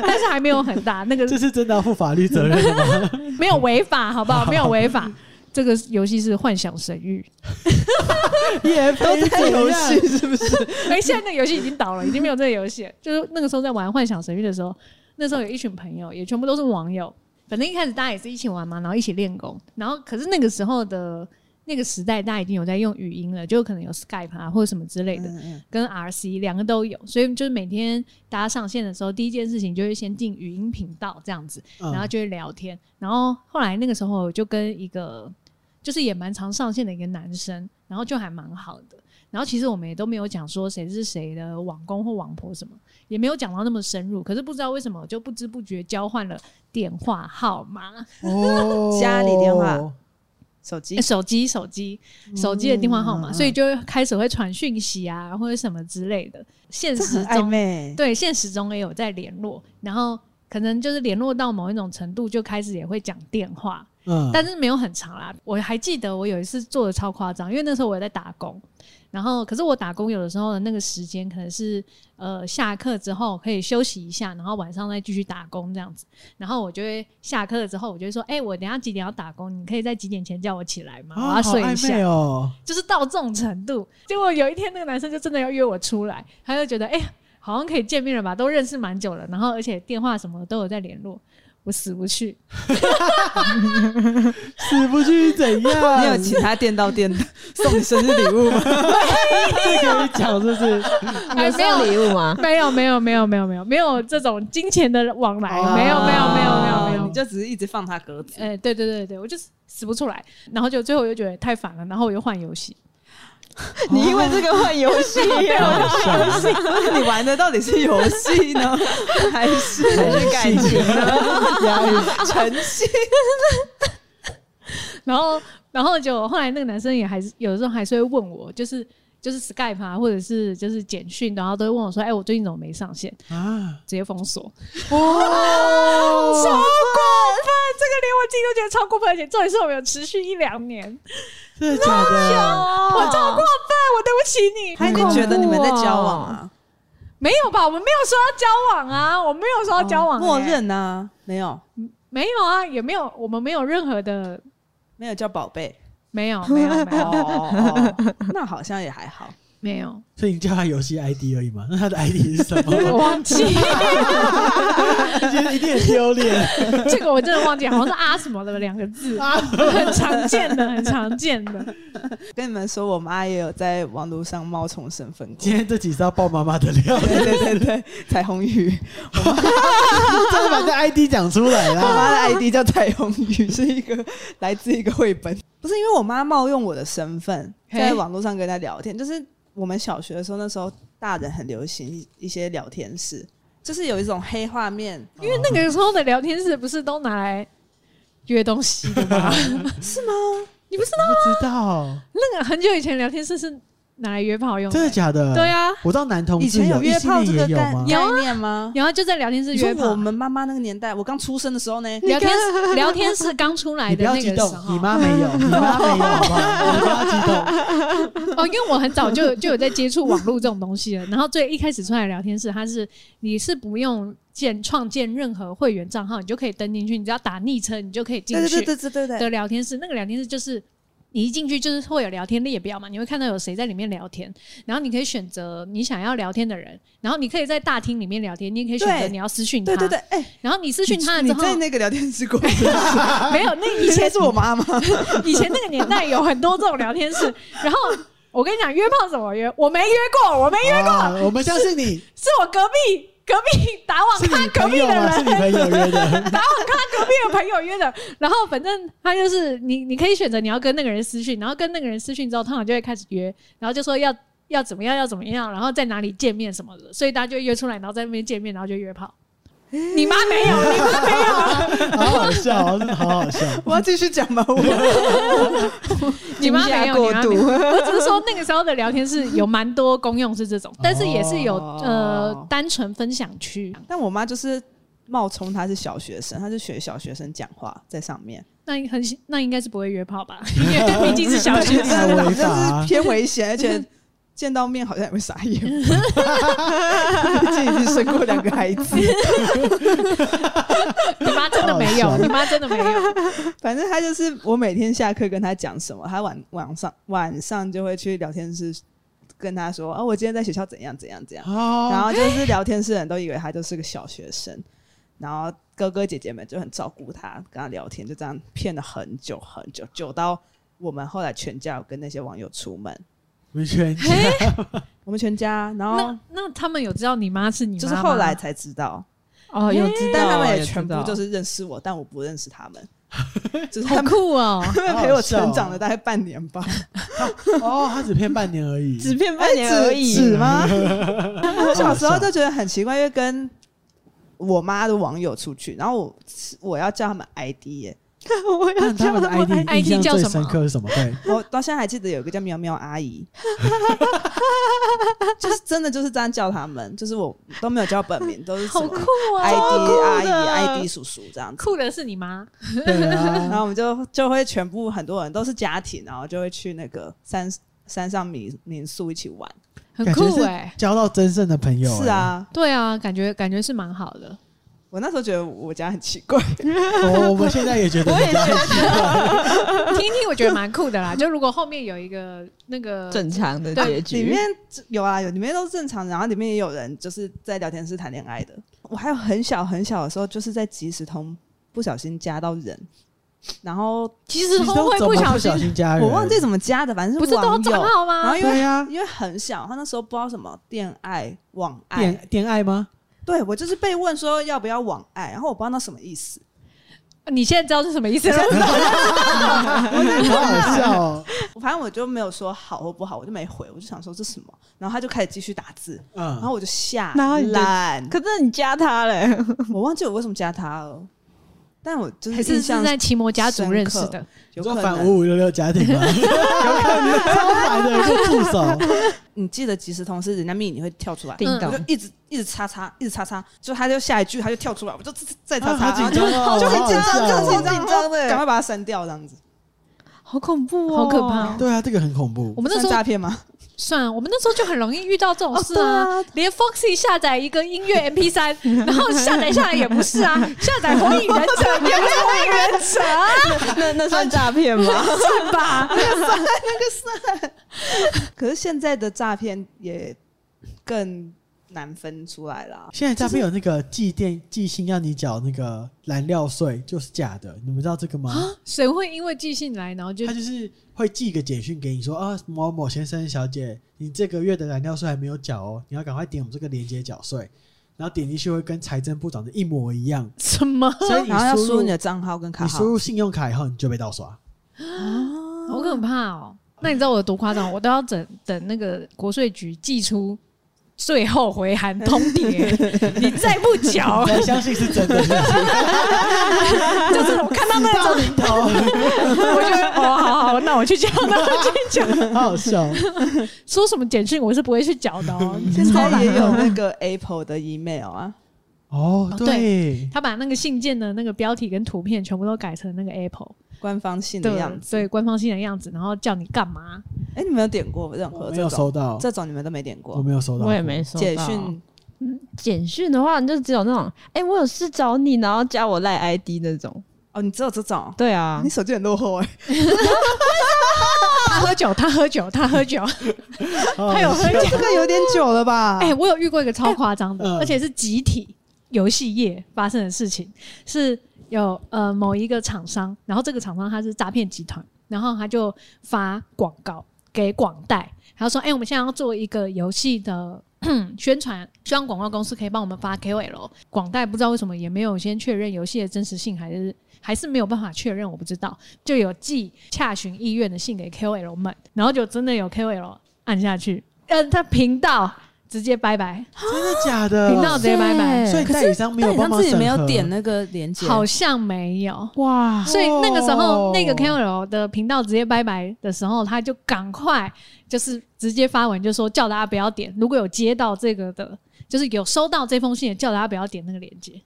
Speaker 2: 但是还没有很大，那个
Speaker 3: 这是真的要负法律责任的吗？
Speaker 2: 没有违法，好不好？没有违法。这个游戏是幻想神域，
Speaker 3: 也都
Speaker 4: 都在游戏是不是？
Speaker 2: 哎、现在那个游戏已经倒了，已经没有这个游戏了。就是那个时候在玩《幻想神域》的时候，那时候有一群朋友，也全部都是网友。反正一开始大家也是一起玩嘛，然后一起练功。然后可是那个时候的那个时代，大家已经有在用语音了，就可能有 Skype 啊或者什么之类的，
Speaker 1: 嗯嗯
Speaker 2: 跟 RC 两个都有。所以就是每天大家上线的时候，第一件事情就会先进语音频道这样子，然
Speaker 3: 啊
Speaker 1: 嗯
Speaker 2: 后就会聊天。然后后来那个时候我就跟一个就是也蛮常上线的一个男生，然后就还蛮好的。然后其实我们也都没有讲说谁是谁的网公或网婆什么，也没有讲到那么深入。可是不知道为什么就不知不觉交换了电话号码、
Speaker 3: 哦
Speaker 1: 家里电话手机
Speaker 2: 诶 手机、手机、手机的电话号
Speaker 1: 嗯
Speaker 2: 码，所以就会开始会传讯息啊或者什么之类的。现
Speaker 1: 这
Speaker 2: 实
Speaker 1: 很暧
Speaker 2: 中
Speaker 1: 昧，
Speaker 2: 对，现实中也有在联络，然后可能就是联络到某一种程度，就开始也会讲电话，
Speaker 3: 嗯
Speaker 2: 但是没有很长啦。我还记得我有一次做的超夸张，因为那时候我也在打工，然后可是我打工有的时候的那个时间可能是呃下课之后可以休息一下，然后晚上再继续打工这样子。然后我就会下课了之后，我就会说：“哎、我等一下几点要打工？你可以在几点前叫我起来吗？我
Speaker 3: 啊，
Speaker 2: 要
Speaker 3: 好
Speaker 2: 睡一
Speaker 3: 暧
Speaker 2: 下。
Speaker 3: 昧哦，
Speaker 2: 就是到这种程度。结果有一天，那个男生就真的要约我出来，他就觉得哎、好像可以见面了吧，都认识蛮久了，然后而且电话什么的都有在联络，我死不去。
Speaker 3: 死不去怎
Speaker 2: 啊
Speaker 3: 样？
Speaker 1: 你有哦请他店到店送你生日礼物吗？
Speaker 3: 这可以讲是不是？
Speaker 2: 哎没有
Speaker 4: 礼物吗？
Speaker 2: 没有没有没有没有没有没有这种金钱的往来，没有没有没有没有没
Speaker 1: 你
Speaker 2: 有。
Speaker 1: 就只是一直放他鸽 子。
Speaker 2: 哎、对对对对，我就死不出来，然后就最后我就觉得太烦了，然后我又换游戏，
Speaker 4: 你因为这个换游戏
Speaker 3: 好
Speaker 4: 哦，
Speaker 3: 笑
Speaker 1: 你玩的到底是游戏呢，还是
Speaker 4: 还是感情
Speaker 3: 押韵
Speaker 1: 诚信？
Speaker 2: 然后然后就后来那个男生也还是有的时候还是会问我，就是就是 Skype 啊，或者是就是简讯，然后都会问我说，哎、我最近怎么没上线？
Speaker 3: 啊！
Speaker 2: 直接封锁，超
Speaker 3: 哦，
Speaker 2: 过分！这个连我自己都觉得超过分，而且重点是我们有持续一两年，
Speaker 3: 真的假的？
Speaker 2: 我超过分，我对不起你。
Speaker 1: 他一定觉得你们在交往啊，
Speaker 2: 没有吧？我们没有说要交往啊，我没有说要交往、
Speaker 1: 默
Speaker 2: 欸
Speaker 1: 认啊，没有
Speaker 2: 没有啊，也没有，我们没有任何的，
Speaker 1: 没有叫宝 贝。
Speaker 2: 没有，没有，没有，
Speaker 1: 哦，那好像也还好。
Speaker 2: 没有，
Speaker 3: 所以你叫他游戏 ID 而已嘛？那他的 ID 是什么？
Speaker 2: 我忘记
Speaker 3: 他觉得一定很丢脸。
Speaker 2: 这个，我真的忘记，好像是啊什么的两个字，很常见的，很常见的。
Speaker 1: 跟你们说，我妈也有在网络上冒充身份过
Speaker 3: 今。天这集是要爆妈妈的料，
Speaker 1: 对对对对，彩虹鱼，
Speaker 3: 真的把这 ID 讲出来
Speaker 1: 我
Speaker 3: 啦。
Speaker 1: 妈的 ID 叫彩虹鱼， 是一个来自一个绘本。不是因为我妈冒用我的身份，
Speaker 2: 嘿
Speaker 1: 在网络上跟她聊天，就是我们小学的时候，那时候大人很流行一一些聊天室，就是有一种黑画面，
Speaker 2: 因为那个时候的聊天室不是都拿来约东西的吗？
Speaker 1: 是吗？
Speaker 2: 你不知道
Speaker 3: 我不知道，
Speaker 2: 那个很久以前聊天室是拿来约炮用
Speaker 3: 真的
Speaker 2: 的，
Speaker 3: 假的？
Speaker 2: 对，啊，
Speaker 3: 我知道男同
Speaker 1: 以
Speaker 3: 志
Speaker 1: 前有
Speaker 3: 异
Speaker 1: 约
Speaker 3: 性
Speaker 1: 炮
Speaker 3: 恋
Speaker 1: 这个
Speaker 3: 也有
Speaker 1: 概
Speaker 3: 吗？
Speaker 2: 有啊
Speaker 1: 概念吗？
Speaker 2: 然后就在聊天室
Speaker 1: 你
Speaker 2: 约
Speaker 1: 说
Speaker 2: 炮
Speaker 1: 我。们妈妈那个年代，我刚出生的时候呢，
Speaker 2: 聊天室聊天室刚出来
Speaker 3: 你不
Speaker 2: 的
Speaker 3: 要
Speaker 2: 那
Speaker 3: 激
Speaker 2: 个时
Speaker 3: 动，
Speaker 2: 候
Speaker 3: 你，妈没 有，你妈没有，好不好？你不要激 动。
Speaker 2: 哦，因为我很早就有就有在接触网络这种东西了。然后最一开始出来的聊天室，它是你是不用建创建任何会员账号，你就可以登进去，你只要打昵称，你就可以进
Speaker 1: 对
Speaker 2: 去
Speaker 1: 对对对对对对，
Speaker 2: 的聊天室。那个聊天室就是你一进去就是会有聊天列表嘛，你会看到有谁在里面聊天，然后你可以选择你想要聊天的人，然后你可以在大厅里面聊天，你也可以选择
Speaker 1: 对
Speaker 2: 你要私讯他，
Speaker 1: 对对对，哎、
Speaker 2: 然后你私讯他了
Speaker 1: 你
Speaker 2: 之
Speaker 1: 你
Speaker 2: 后，
Speaker 1: 在那个聊天室过，
Speaker 2: 没有那以
Speaker 1: 以
Speaker 2: 前
Speaker 1: 前是我妈妈，
Speaker 2: 以前那个年代有很多这种聊天室，然后我跟你讲约炮怎么约，我没约过，我没约，
Speaker 3: 啊我们相信你，
Speaker 2: 是我隔壁隔壁打网
Speaker 3: 是
Speaker 2: 咖
Speaker 3: 你
Speaker 2: 隔
Speaker 3: 朋
Speaker 2: 壁的
Speaker 3: 友啊吗？是
Speaker 2: 人。
Speaker 3: 你朋友约的，
Speaker 2: 打网咖隔壁的朋友约的，然后反正他就是你，你可以选择你要跟那个人私讯，然后跟那个人私讯之后，通常就会开始约，然后就说要要怎么样，要怎么样，然后在哪里见面什么的，所以大家就约出来，然后在那边见面，然后就约炮。你妈没 有，你妈没有，
Speaker 3: 好好笑哦，真的好好笑。
Speaker 1: 我要继续讲吗？我
Speaker 2: 你妈没有，你
Speaker 4: 惊吓
Speaker 2: 妈
Speaker 4: 过
Speaker 2: 没有。
Speaker 4: 度，
Speaker 2: 我只是说那个时候的聊天是有蛮多公用是这种，但是也是有
Speaker 1: 哦
Speaker 2: 呃单纯分享区。
Speaker 1: 但我妈就是冒充她是小学生，她就学小学生讲话在上面，
Speaker 2: 那很那应该是不会约炮吧， 因为毕竟是小学
Speaker 3: 这
Speaker 2: 生。
Speaker 3: 很
Speaker 1: 好
Speaker 3: 违法啊
Speaker 1: 像是偏危险，而且。见到面好像也会傻眼，毕竟已经生过两个孩子。
Speaker 2: 你妈真的没
Speaker 3: 好
Speaker 2: 有，
Speaker 3: 笑
Speaker 2: 你妈真 的没有。
Speaker 1: 反正她就是我每天下课跟她讲什么，她晚晚上晚上就会去聊天室跟她说啊，我今天在学校怎样怎样怎样。然
Speaker 3: 哦，
Speaker 1: 后就是聊天室的人都以为他就是个小学生，然后哥哥姐姐们就很照顾他，跟他聊天，就这样骗了很久很久，久到我们后来全家有跟那些网友出门，
Speaker 3: 维权
Speaker 1: 我们全家，然后
Speaker 2: 那那他们有知道你妈是你妈吗？
Speaker 1: 就是后来才知道，
Speaker 2: 哦，有知道，
Speaker 1: 但他们
Speaker 2: 有
Speaker 1: 也
Speaker 2: 知
Speaker 1: 全部
Speaker 2: 道
Speaker 1: 就是认识我，但我不认识他们，就是
Speaker 2: 好
Speaker 1: 他们
Speaker 2: 酷哦。
Speaker 1: 他们陪
Speaker 3: 好
Speaker 1: 我
Speaker 3: 好笑
Speaker 1: 成
Speaker 3: 哦
Speaker 1: 长了大概半年吧，
Speaker 3: 哦，他只骗半年而已，
Speaker 4: 只骗半年
Speaker 1: 哎
Speaker 4: 而
Speaker 1: 纸
Speaker 4: 已。
Speaker 1: 纸吗？我小时候就觉得很奇怪，因为跟我妈的网友出去，然后我我要叫他们 ID 耶、
Speaker 4: 我要
Speaker 3: 看他
Speaker 4: 叫
Speaker 3: 们的 ID 印
Speaker 2: ID
Speaker 3: 象
Speaker 2: 叫
Speaker 3: 最
Speaker 2: 什么
Speaker 3: 深刻是什么？ 对，
Speaker 1: 我到现在还记得有一个叫喵喵阿姨， 就是真的就是这样叫他们，就是我都没有叫本名，都是什
Speaker 2: 好
Speaker 1: 么
Speaker 2: 酷
Speaker 1: ID
Speaker 2: 哦！
Speaker 1: 阿
Speaker 4: 酷的
Speaker 1: 姨、ID 叔叔这样子。
Speaker 2: 酷的是你妈，
Speaker 3: 对啊，
Speaker 1: 然后我们就就会全部很多人都是家庭，然后就会去那个山山上民民宿一起玩。
Speaker 2: 很
Speaker 3: 感觉
Speaker 2: 酷
Speaker 3: 是
Speaker 2: 哎。
Speaker 3: 交到真正的朋友、
Speaker 1: 是，啊，
Speaker 2: 对啊，感觉感觉是蛮好 的。
Speaker 1: 我那时候觉得我家很奇怪，
Speaker 3: 哎哦我我们现在也觉得
Speaker 4: 我也觉得
Speaker 2: 听一听我觉得蛮酷的啦。就如果后面有一个那个
Speaker 4: 正常的
Speaker 2: 对
Speaker 4: 结
Speaker 1: 里
Speaker 4: 局
Speaker 1: 面，有啊有，里面都是正常，然后里面也有人就是在聊天室谈恋爱的。我还有很小很小的时候，就是在即时通不小心加到人，然后
Speaker 2: 其实
Speaker 3: 你
Speaker 2: 通
Speaker 3: 都
Speaker 2: 会
Speaker 3: 怎
Speaker 2: 不
Speaker 3: 么
Speaker 2: 小
Speaker 3: 不
Speaker 2: 心
Speaker 3: 小，心加人，
Speaker 1: 我忘记怎么加的，反正
Speaker 2: 不是
Speaker 1: 是
Speaker 2: 都有
Speaker 1: 网
Speaker 2: 账
Speaker 1: 友。然
Speaker 2: 号吗
Speaker 1: 后？因
Speaker 3: 对啊
Speaker 1: 为
Speaker 3: 呀、
Speaker 1: 因为很小，他那时候不知道什么恋爱网
Speaker 3: 啊，
Speaker 1: 爱，
Speaker 3: 恋恋爱吗？
Speaker 1: 对我就是被问说要不要网爱，然后我不知道那什么意思，
Speaker 2: 你现在知道是什么意思了？
Speaker 3: 好好 笑哦，
Speaker 1: 反正我就没有说好或不好，我就没回，我就想说这是什么，然后他就开始继续打字，然
Speaker 3: 嗯，
Speaker 1: 后我就下
Speaker 4: 然后你就
Speaker 1: 烂，
Speaker 4: 可是你加他嘞，
Speaker 1: 我忘记我为什么加他了，但我就是
Speaker 2: 还是
Speaker 1: 印
Speaker 2: 是
Speaker 1: 象
Speaker 2: 在奇摩家族认识
Speaker 1: 深
Speaker 2: 的？
Speaker 1: 有
Speaker 3: 做
Speaker 1: 可
Speaker 3: 反
Speaker 1: 能。
Speaker 3: 五五六六家庭 吗？有可能超烦的，就助手，
Speaker 1: 你记得即时通是人家密你会跳出来，
Speaker 4: 叮
Speaker 2: 啊
Speaker 1: 我就
Speaker 4: 咚，
Speaker 1: 一直一直叉叉，一直叉叉，就他就下一句他就跳出来，我就再叉
Speaker 3: 啊好
Speaker 1: 叉，
Speaker 3: 紧张哦，
Speaker 1: 就
Speaker 3: 好好
Speaker 1: 紧张，
Speaker 3: 笑
Speaker 1: 就
Speaker 3: 哦
Speaker 1: 紧张的，
Speaker 4: 对
Speaker 1: 赶快把它删掉，这样子。
Speaker 4: 好恐怖哦，
Speaker 2: 好可怕哦！
Speaker 3: 对啊，这个很恐怖
Speaker 2: 我，们那时
Speaker 1: 算
Speaker 2: 候
Speaker 1: 诈骗吗？
Speaker 2: 算，我们那时候就很容易遇到这种事
Speaker 1: 哦
Speaker 2: 啊。
Speaker 1: 对啊
Speaker 2: 连 Foxy 下载一个音乐 MP 三，然后下载下来也不是啊，下载《火影忍者》也不是《 火影忍者》啊，
Speaker 4: 那那算诈骗吗？
Speaker 2: 是吧？
Speaker 1: 可是现在的诈骗也更难分出来啦。
Speaker 3: 现在诈骗有那个寄电寄信要你缴那个燃料税，就是假的，你们知道这个
Speaker 1: 啊
Speaker 3: 吗？
Speaker 2: 谁会因为寄信来，然后就
Speaker 3: 他就是会寄一个简讯给你说啊，某某先生小姐，你这个月的燃料税还没有缴哦，你要赶快点我们这个链接缴税。然后点进去会跟财政部长的一模一样，
Speaker 2: 什么？
Speaker 3: 所以你
Speaker 1: 啊然后要
Speaker 3: 输
Speaker 1: 输
Speaker 3: 入
Speaker 1: 你的账号跟卡
Speaker 3: 你
Speaker 1: 号哦
Speaker 3: 输，入信用卡以后你就被盗刷。
Speaker 2: 好可怕哦！那你知道我有多夸张？我都要等等那个国税局寄出最后回函通 牒，你再不缴，
Speaker 3: 我相信是真 的，死
Speaker 2: 就是我看到那种，
Speaker 3: 到临头，
Speaker 2: 我就哦，好好，那我去缴，那我去 缴。
Speaker 3: 好好笑。
Speaker 2: 说什么简讯我是不会去缴的哦，
Speaker 1: 现
Speaker 2: 超
Speaker 1: 在
Speaker 2: 懒
Speaker 1: 也有
Speaker 2: 的。
Speaker 1: 那个 Apple 的 email 啊，
Speaker 3: 哦，
Speaker 2: 哦
Speaker 3: 对，
Speaker 2: 他把那个信件的那个标题跟图片全部都改成那个 Apple
Speaker 1: 官方信的
Speaker 2: 对
Speaker 1: 样子。
Speaker 2: 对，官方信的样子，然后叫你干嘛？
Speaker 1: 哎、你们有点过任
Speaker 3: 我
Speaker 1: 何
Speaker 3: 没
Speaker 1: 这
Speaker 3: 有
Speaker 1: 种？
Speaker 3: 收到，
Speaker 1: 这种你们都没点
Speaker 3: 我
Speaker 1: 过。
Speaker 3: 没有收到，
Speaker 4: 我也没收
Speaker 1: 简
Speaker 4: 到
Speaker 1: 讯
Speaker 4: 简讯的话，你就只有那种，哎、我有事找你，然后加我赖 ID 那种。
Speaker 1: 哦，你只有这种？
Speaker 4: 对啊
Speaker 1: 你，手机很落后哎、
Speaker 2: 他喝酒，他喝酒，他喝酒。
Speaker 3: 好好
Speaker 2: 他有
Speaker 3: 笑
Speaker 2: 喝
Speaker 1: 这个有点久了哦吧？
Speaker 2: 哎、我有遇过一个超夸张的，
Speaker 3: 嗯
Speaker 2: 而且是集体游戏业发生的事情，是有呃某一个厂商，然后这个厂商他是诈骗集团，然后他就发广告给广代，他说：“哎、我们现在要做一个游戏的。” 宣传，希望广告公司可以帮我们发 KOL。广代不知道为什么也没有先确认游戏的真实性，还是还是没有办法确认，我不知道。就有寄洽询意愿的信给 KOL 们，然后就真的有 KOL 按下去，呃，他频道直接拜拜，
Speaker 3: 真的假
Speaker 5: 嗯
Speaker 3: 的？
Speaker 2: 频道直接拜拜，
Speaker 3: 所以代理商没有帮忙
Speaker 5: 自己没
Speaker 3: 审
Speaker 5: 有
Speaker 3: 核
Speaker 5: 点那个连接，
Speaker 2: 好像没有。
Speaker 5: 哇，
Speaker 2: 所以那个时候
Speaker 3: 哦，
Speaker 2: 那个 KOL 的频道直接拜拜的时候，他就赶快就是直接发文，就说叫大家不要点。如果有接到这个的，就是有收到这封信的，叫大家不要点那个链接。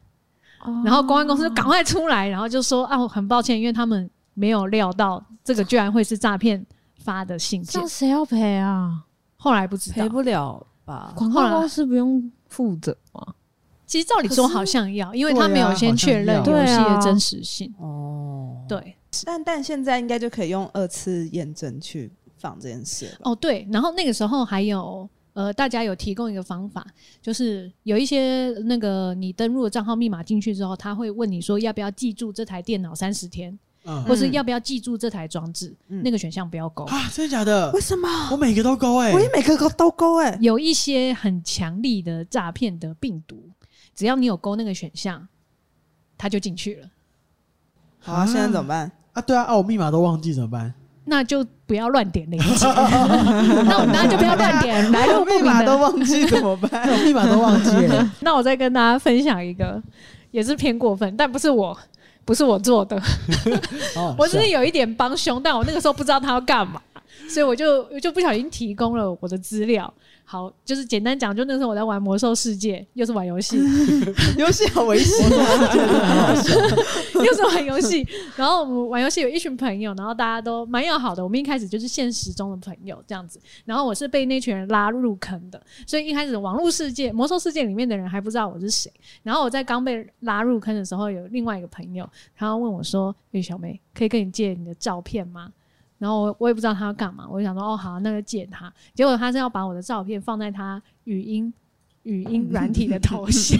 Speaker 5: 哦
Speaker 2: 然后公安公
Speaker 4: 哦
Speaker 2: 司就赶快出来，然后就说啊，我很抱歉，因为他们没有料到这个居然会是诈骗发的信
Speaker 5: 这
Speaker 2: 件
Speaker 5: 样。谁要赔啊？
Speaker 2: 后来不知道
Speaker 5: 赔，不了
Speaker 4: 哦
Speaker 5: 吧？
Speaker 2: 广告公
Speaker 4: 司不用负 责吗？
Speaker 2: 其实照理说好像要，因为他没有先确认
Speaker 5: 啊
Speaker 2: 游
Speaker 3: 对
Speaker 5: 好
Speaker 2: 戏
Speaker 5: 像要
Speaker 2: 的真实性。
Speaker 5: 哦，
Speaker 2: 对，
Speaker 1: 但但现在应该就可以用二次验证去放这件事了吧。
Speaker 2: 哦对，然后那个时候还有呃，大家有提供一个方法，就是有一些那个你登录的账号密码进去之后，他会问你说要不要记住这台电脑三十天，
Speaker 3: 嗯
Speaker 2: 或是要不要记住这台装置，
Speaker 1: 嗯
Speaker 2: 那个选项不要勾。
Speaker 3: 啊，真的假的
Speaker 1: 哦为？什么？
Speaker 3: 我每个都勾哎
Speaker 1: 我，也每个勾都勾哎、
Speaker 2: 有一些很强力的诈骗的病毒，只要你有勾那个选项，它就进去了。
Speaker 1: 好、啊，现在怎么办？
Speaker 3: 啊，对啊，啊，我密码都忘记怎么办？
Speaker 2: 那就不要乱点链 接， 那我们大家就不要乱点，来路不
Speaker 1: 密
Speaker 2: 明
Speaker 1: 码
Speaker 2: 的
Speaker 1: 都忘记怎么办？
Speaker 3: 哎我密码都忘记哎，
Speaker 2: 那我再跟大家分享一个，也是偏过分，但不是我，不是我做的，
Speaker 3: 好好
Speaker 2: 我只
Speaker 3: 笑
Speaker 2: 是有一点帮凶，但我那个时候不知道他要干嘛，所以我就我就不小心提供了我的资料。好，就是简单讲，就那时候我在玩《魔兽世界》，又是玩游戏，
Speaker 1: 游戏好危险，
Speaker 2: 又是玩游戏。然后我们玩游戏有一群朋友，然后大家都蛮要好的。我们一开始就是现实中的朋友这样子，然后我是被那群人拉入坑的，所以一开始网络世界、魔兽世界里面的人还不知道我是谁。然后我在刚被拉入坑的时候，有另外一个朋友，他问我说：“哎、小梅，可以跟你借你的照片吗？”然后我我也不知道他要干嘛，我就想说哦好，那就借他。结果他是要把我的照片放在他语音语音软体的头像，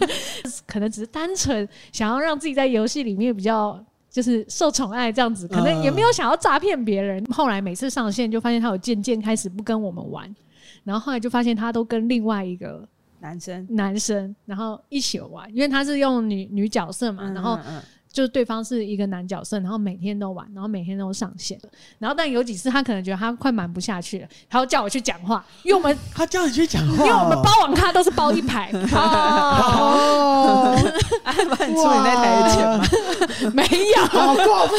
Speaker 2: 可能只是单纯想要让自己在游戏里面比较就是受宠爱这样子，可能也没有想要诈骗别人。后来每次上线就发现他有渐渐开始不跟我们玩，然后后来就发现他都跟另外一个
Speaker 1: 男生
Speaker 2: 男生然后一起玩，因为他是用女女角色嘛，然后
Speaker 1: 嗯 嗯
Speaker 2: 就是对方是一个男角色，然后每天都玩，然后每天都上线，然后但有几次他可能觉得他快瞒不下去了，他要叫我去讲话，因为我们
Speaker 3: 他叫你去讲
Speaker 2: 因
Speaker 3: 话
Speaker 2: 为我们
Speaker 3: 哦，
Speaker 2: 包网咖都是包一排，
Speaker 3: 哦，
Speaker 1: 嗯出你那台的钱吗？
Speaker 2: 没有。
Speaker 3: 好过分，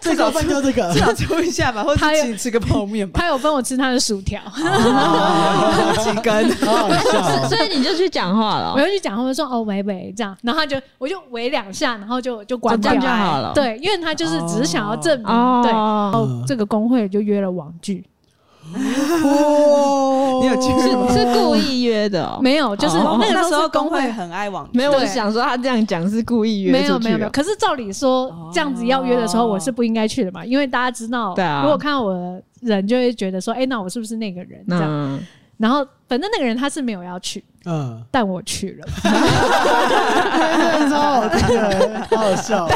Speaker 3: 最过分就这个
Speaker 1: 至，少出一下吧，或
Speaker 2: 他
Speaker 1: 者
Speaker 2: 有
Speaker 1: 请你吃个泡面吧，
Speaker 2: 他有分我吃他的薯条，
Speaker 1: 几根。
Speaker 3: 好好笑哦，
Speaker 4: 所以你就去讲话了
Speaker 2: 我
Speaker 4: 哦。
Speaker 2: 就去讲，他们说哦喂喂这样，然后他就我就喂两下，然后就就关
Speaker 4: 就
Speaker 2: 掉
Speaker 4: 这样就好了
Speaker 2: 对，因为他就是只是想要证明，对。然
Speaker 4: 哦，
Speaker 2: 后这个工会就约了网剧，
Speaker 3: 哦
Speaker 1: 你有去吗
Speaker 4: 是故意约的哦。
Speaker 2: 没有，就是
Speaker 4: 哦
Speaker 2: 那个
Speaker 1: 时候
Speaker 2: 工
Speaker 1: 工会很爱网，
Speaker 4: 没有，
Speaker 2: 对
Speaker 4: 我想说他这样讲是故意约
Speaker 2: 没有
Speaker 4: 出去
Speaker 2: 没有没有，
Speaker 4: 哦
Speaker 2: 可是照理说这样子要约的时候，
Speaker 4: 哦
Speaker 2: 我是不应该去的嘛，因为大家知道，
Speaker 4: 对啊
Speaker 2: 如果看到我的人就会觉得说，哎、那我是不是那个
Speaker 4: 嗯
Speaker 2: 人？这样，
Speaker 4: 那
Speaker 2: 然后反正那个人他是没有要去，
Speaker 3: 嗯，
Speaker 2: 但我去 了，
Speaker 3: 真的超好听的，好好笑，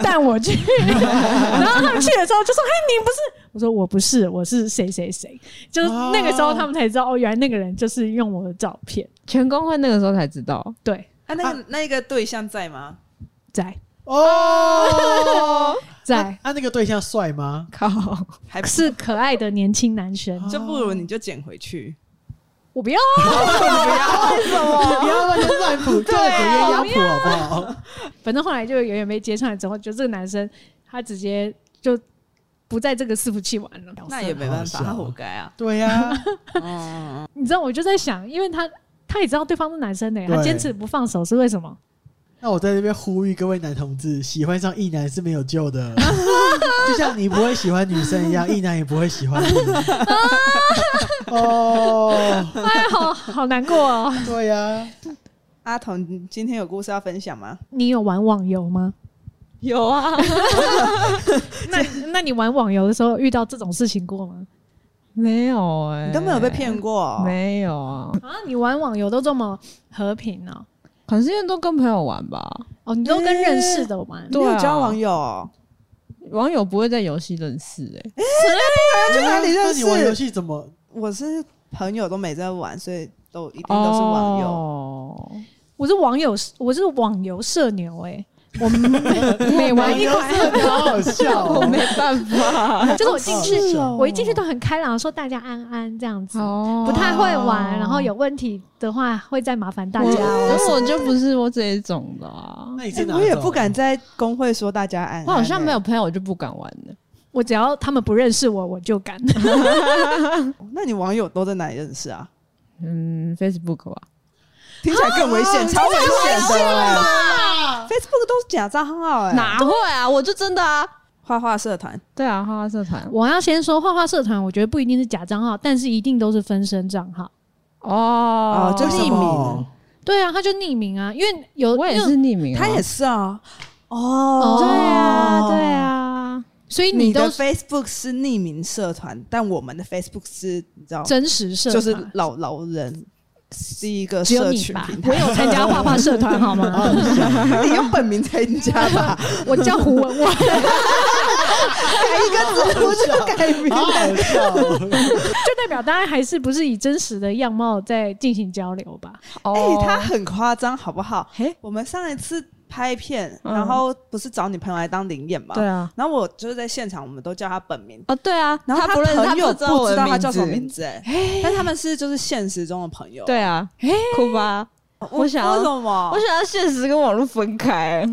Speaker 2: 但我去，然后他们去的时候就说，哎、你不是？我说我不是，我是谁谁谁，就是
Speaker 3: 哦
Speaker 2: 那个时候他们才知道，哦，原来那个人就是用我的照片，
Speaker 4: 全工会那个时候才知道，
Speaker 2: 对，
Speaker 1: 啊，那个那个对象在吗？
Speaker 2: 在
Speaker 3: 哦，
Speaker 2: 在。
Speaker 3: 他那个对象帅吗？
Speaker 4: 靠，
Speaker 1: 还不
Speaker 4: 哦
Speaker 2: 是可爱的年轻男生，
Speaker 3: 啊
Speaker 1: 就不如你就捡回去。
Speaker 2: 我不要啊，
Speaker 3: 不要乱乱谱，这个不要乱谱好不
Speaker 1: 啊
Speaker 3: 好？
Speaker 2: 反正后来就远远被接上来之后，就这个男生他直接就不在这个伺服器玩了。
Speaker 1: 那也没办法，
Speaker 3: 哦好笑
Speaker 1: 他活该 啊。
Speaker 3: 对呀，
Speaker 4: 哦
Speaker 1: 嗯，
Speaker 2: 你知道，我就在想，因为他他也知道对方是男生呢、
Speaker 3: 对
Speaker 2: 他坚持不放手是为什 么？
Speaker 3: 那我在这边呼吁各位男同志，喜欢上异男是没有 救的，就像你不会喜欢女生一样，异男也不会喜欢你。 哦，
Speaker 2: 哎，好好难过哦。
Speaker 3: 对呀，
Speaker 1: 阿童，你今天有故事要分享吗？
Speaker 2: 你有玩网游吗？
Speaker 4: 有啊，
Speaker 2: 那 那你玩网游的时候遇到这种事情过吗？
Speaker 4: 没有哎、
Speaker 1: 你都没有被骗过哦，
Speaker 4: 没有啊，
Speaker 2: 啊，你玩网游都这么和平哦？
Speaker 4: 可能是因为都跟朋友玩吧，
Speaker 2: 哦，你都跟认识的玩，
Speaker 1: 你
Speaker 4: 对啊
Speaker 1: 有交网友哦？
Speaker 4: 网友不会在游戏认识哎、
Speaker 1: 去哪里认
Speaker 3: 那
Speaker 1: 识
Speaker 3: 你玩游戏怎么？
Speaker 1: 我是朋友都没在玩，所以都一定都是网友。
Speaker 3: 哦
Speaker 4: 友。
Speaker 2: 我是网友，我是网游社牛哎、我 每玩一款，
Speaker 3: 好好笑
Speaker 4: 我
Speaker 3: 哦，
Speaker 4: 没办法
Speaker 2: 就是我进去，
Speaker 1: 哦
Speaker 2: 我一进去都很开朗，说大家安安这样子，
Speaker 4: 哦
Speaker 2: 不太会玩，然后有问题的话会再麻烦大
Speaker 4: 我
Speaker 2: 家哦。
Speaker 4: 我就不是我这一种的啊，
Speaker 3: 那你是
Speaker 1: 欸
Speaker 3: 哪？
Speaker 1: 我也不敢。在工会说大家安安
Speaker 4: 我好像
Speaker 1: 欸
Speaker 4: 没有朋友我就不敢玩了。
Speaker 2: 我只要他们不认识我，我就 敢。
Speaker 1: 那你网友都在哪里认识啊？
Speaker 4: 嗯，Facebook 吧，
Speaker 1: 听起来更危
Speaker 4: 啊
Speaker 1: 险，超危险的欸。Facebook 都是假账号哎、
Speaker 4: 哪会啊？我就真的啊，
Speaker 1: 画画社团
Speaker 4: 对啊，花花社团
Speaker 2: 我要先说画画社团，我觉得不一定是假账号，但是一定都是分身账号。
Speaker 4: 哦
Speaker 1: 哦，就
Speaker 3: 为
Speaker 1: 匿
Speaker 3: 什
Speaker 1: 名
Speaker 3: 么，
Speaker 2: 对啊，他就匿名啊，因为有
Speaker 4: 我也
Speaker 2: 因为
Speaker 4: 是匿名啊，
Speaker 1: 他也是啊，哦，
Speaker 2: 对
Speaker 4: 啊，对，啊，
Speaker 2: 所以
Speaker 1: 你
Speaker 2: 你
Speaker 1: 的
Speaker 2: 都
Speaker 1: Facebook 是匿名社团，但我们的 Facebook 是，你知道，
Speaker 2: 真实社
Speaker 1: 就
Speaker 2: 团
Speaker 1: 是老老人是一个
Speaker 2: 只有
Speaker 1: 社
Speaker 2: 你
Speaker 1: 群
Speaker 2: 吧
Speaker 1: 平？台。
Speaker 2: 我有参加画画社团好吗？
Speaker 1: 你用本名参加吧，
Speaker 2: 我叫胡文文，
Speaker 1: 改一个字我就改名。
Speaker 3: 好好笑哦。
Speaker 2: 就代表大家还是不是以真实的样貌在进行交流吧？
Speaker 1: 哎、
Speaker 4: 哦，
Speaker 1: 他很夸张，好不好？
Speaker 4: 嘿
Speaker 1: 我们上一次拍片，
Speaker 4: 嗯
Speaker 1: 然后不是找你朋友来当灵演嘛？
Speaker 4: 对。啊，
Speaker 1: 然后我就是在现场，我们都叫他本名，
Speaker 4: 哦对啊，
Speaker 1: 然后
Speaker 4: 不认
Speaker 1: 朋友
Speaker 4: 不道我
Speaker 1: 知
Speaker 4: 的
Speaker 1: 道他叫什么名
Speaker 4: 字，
Speaker 1: 字、哎，但他们是就是现实中的朋友。
Speaker 4: 对啊，哭吧，
Speaker 1: 我，
Speaker 4: 我想要
Speaker 1: 为什么？
Speaker 4: 哦我想要现实跟网络分开，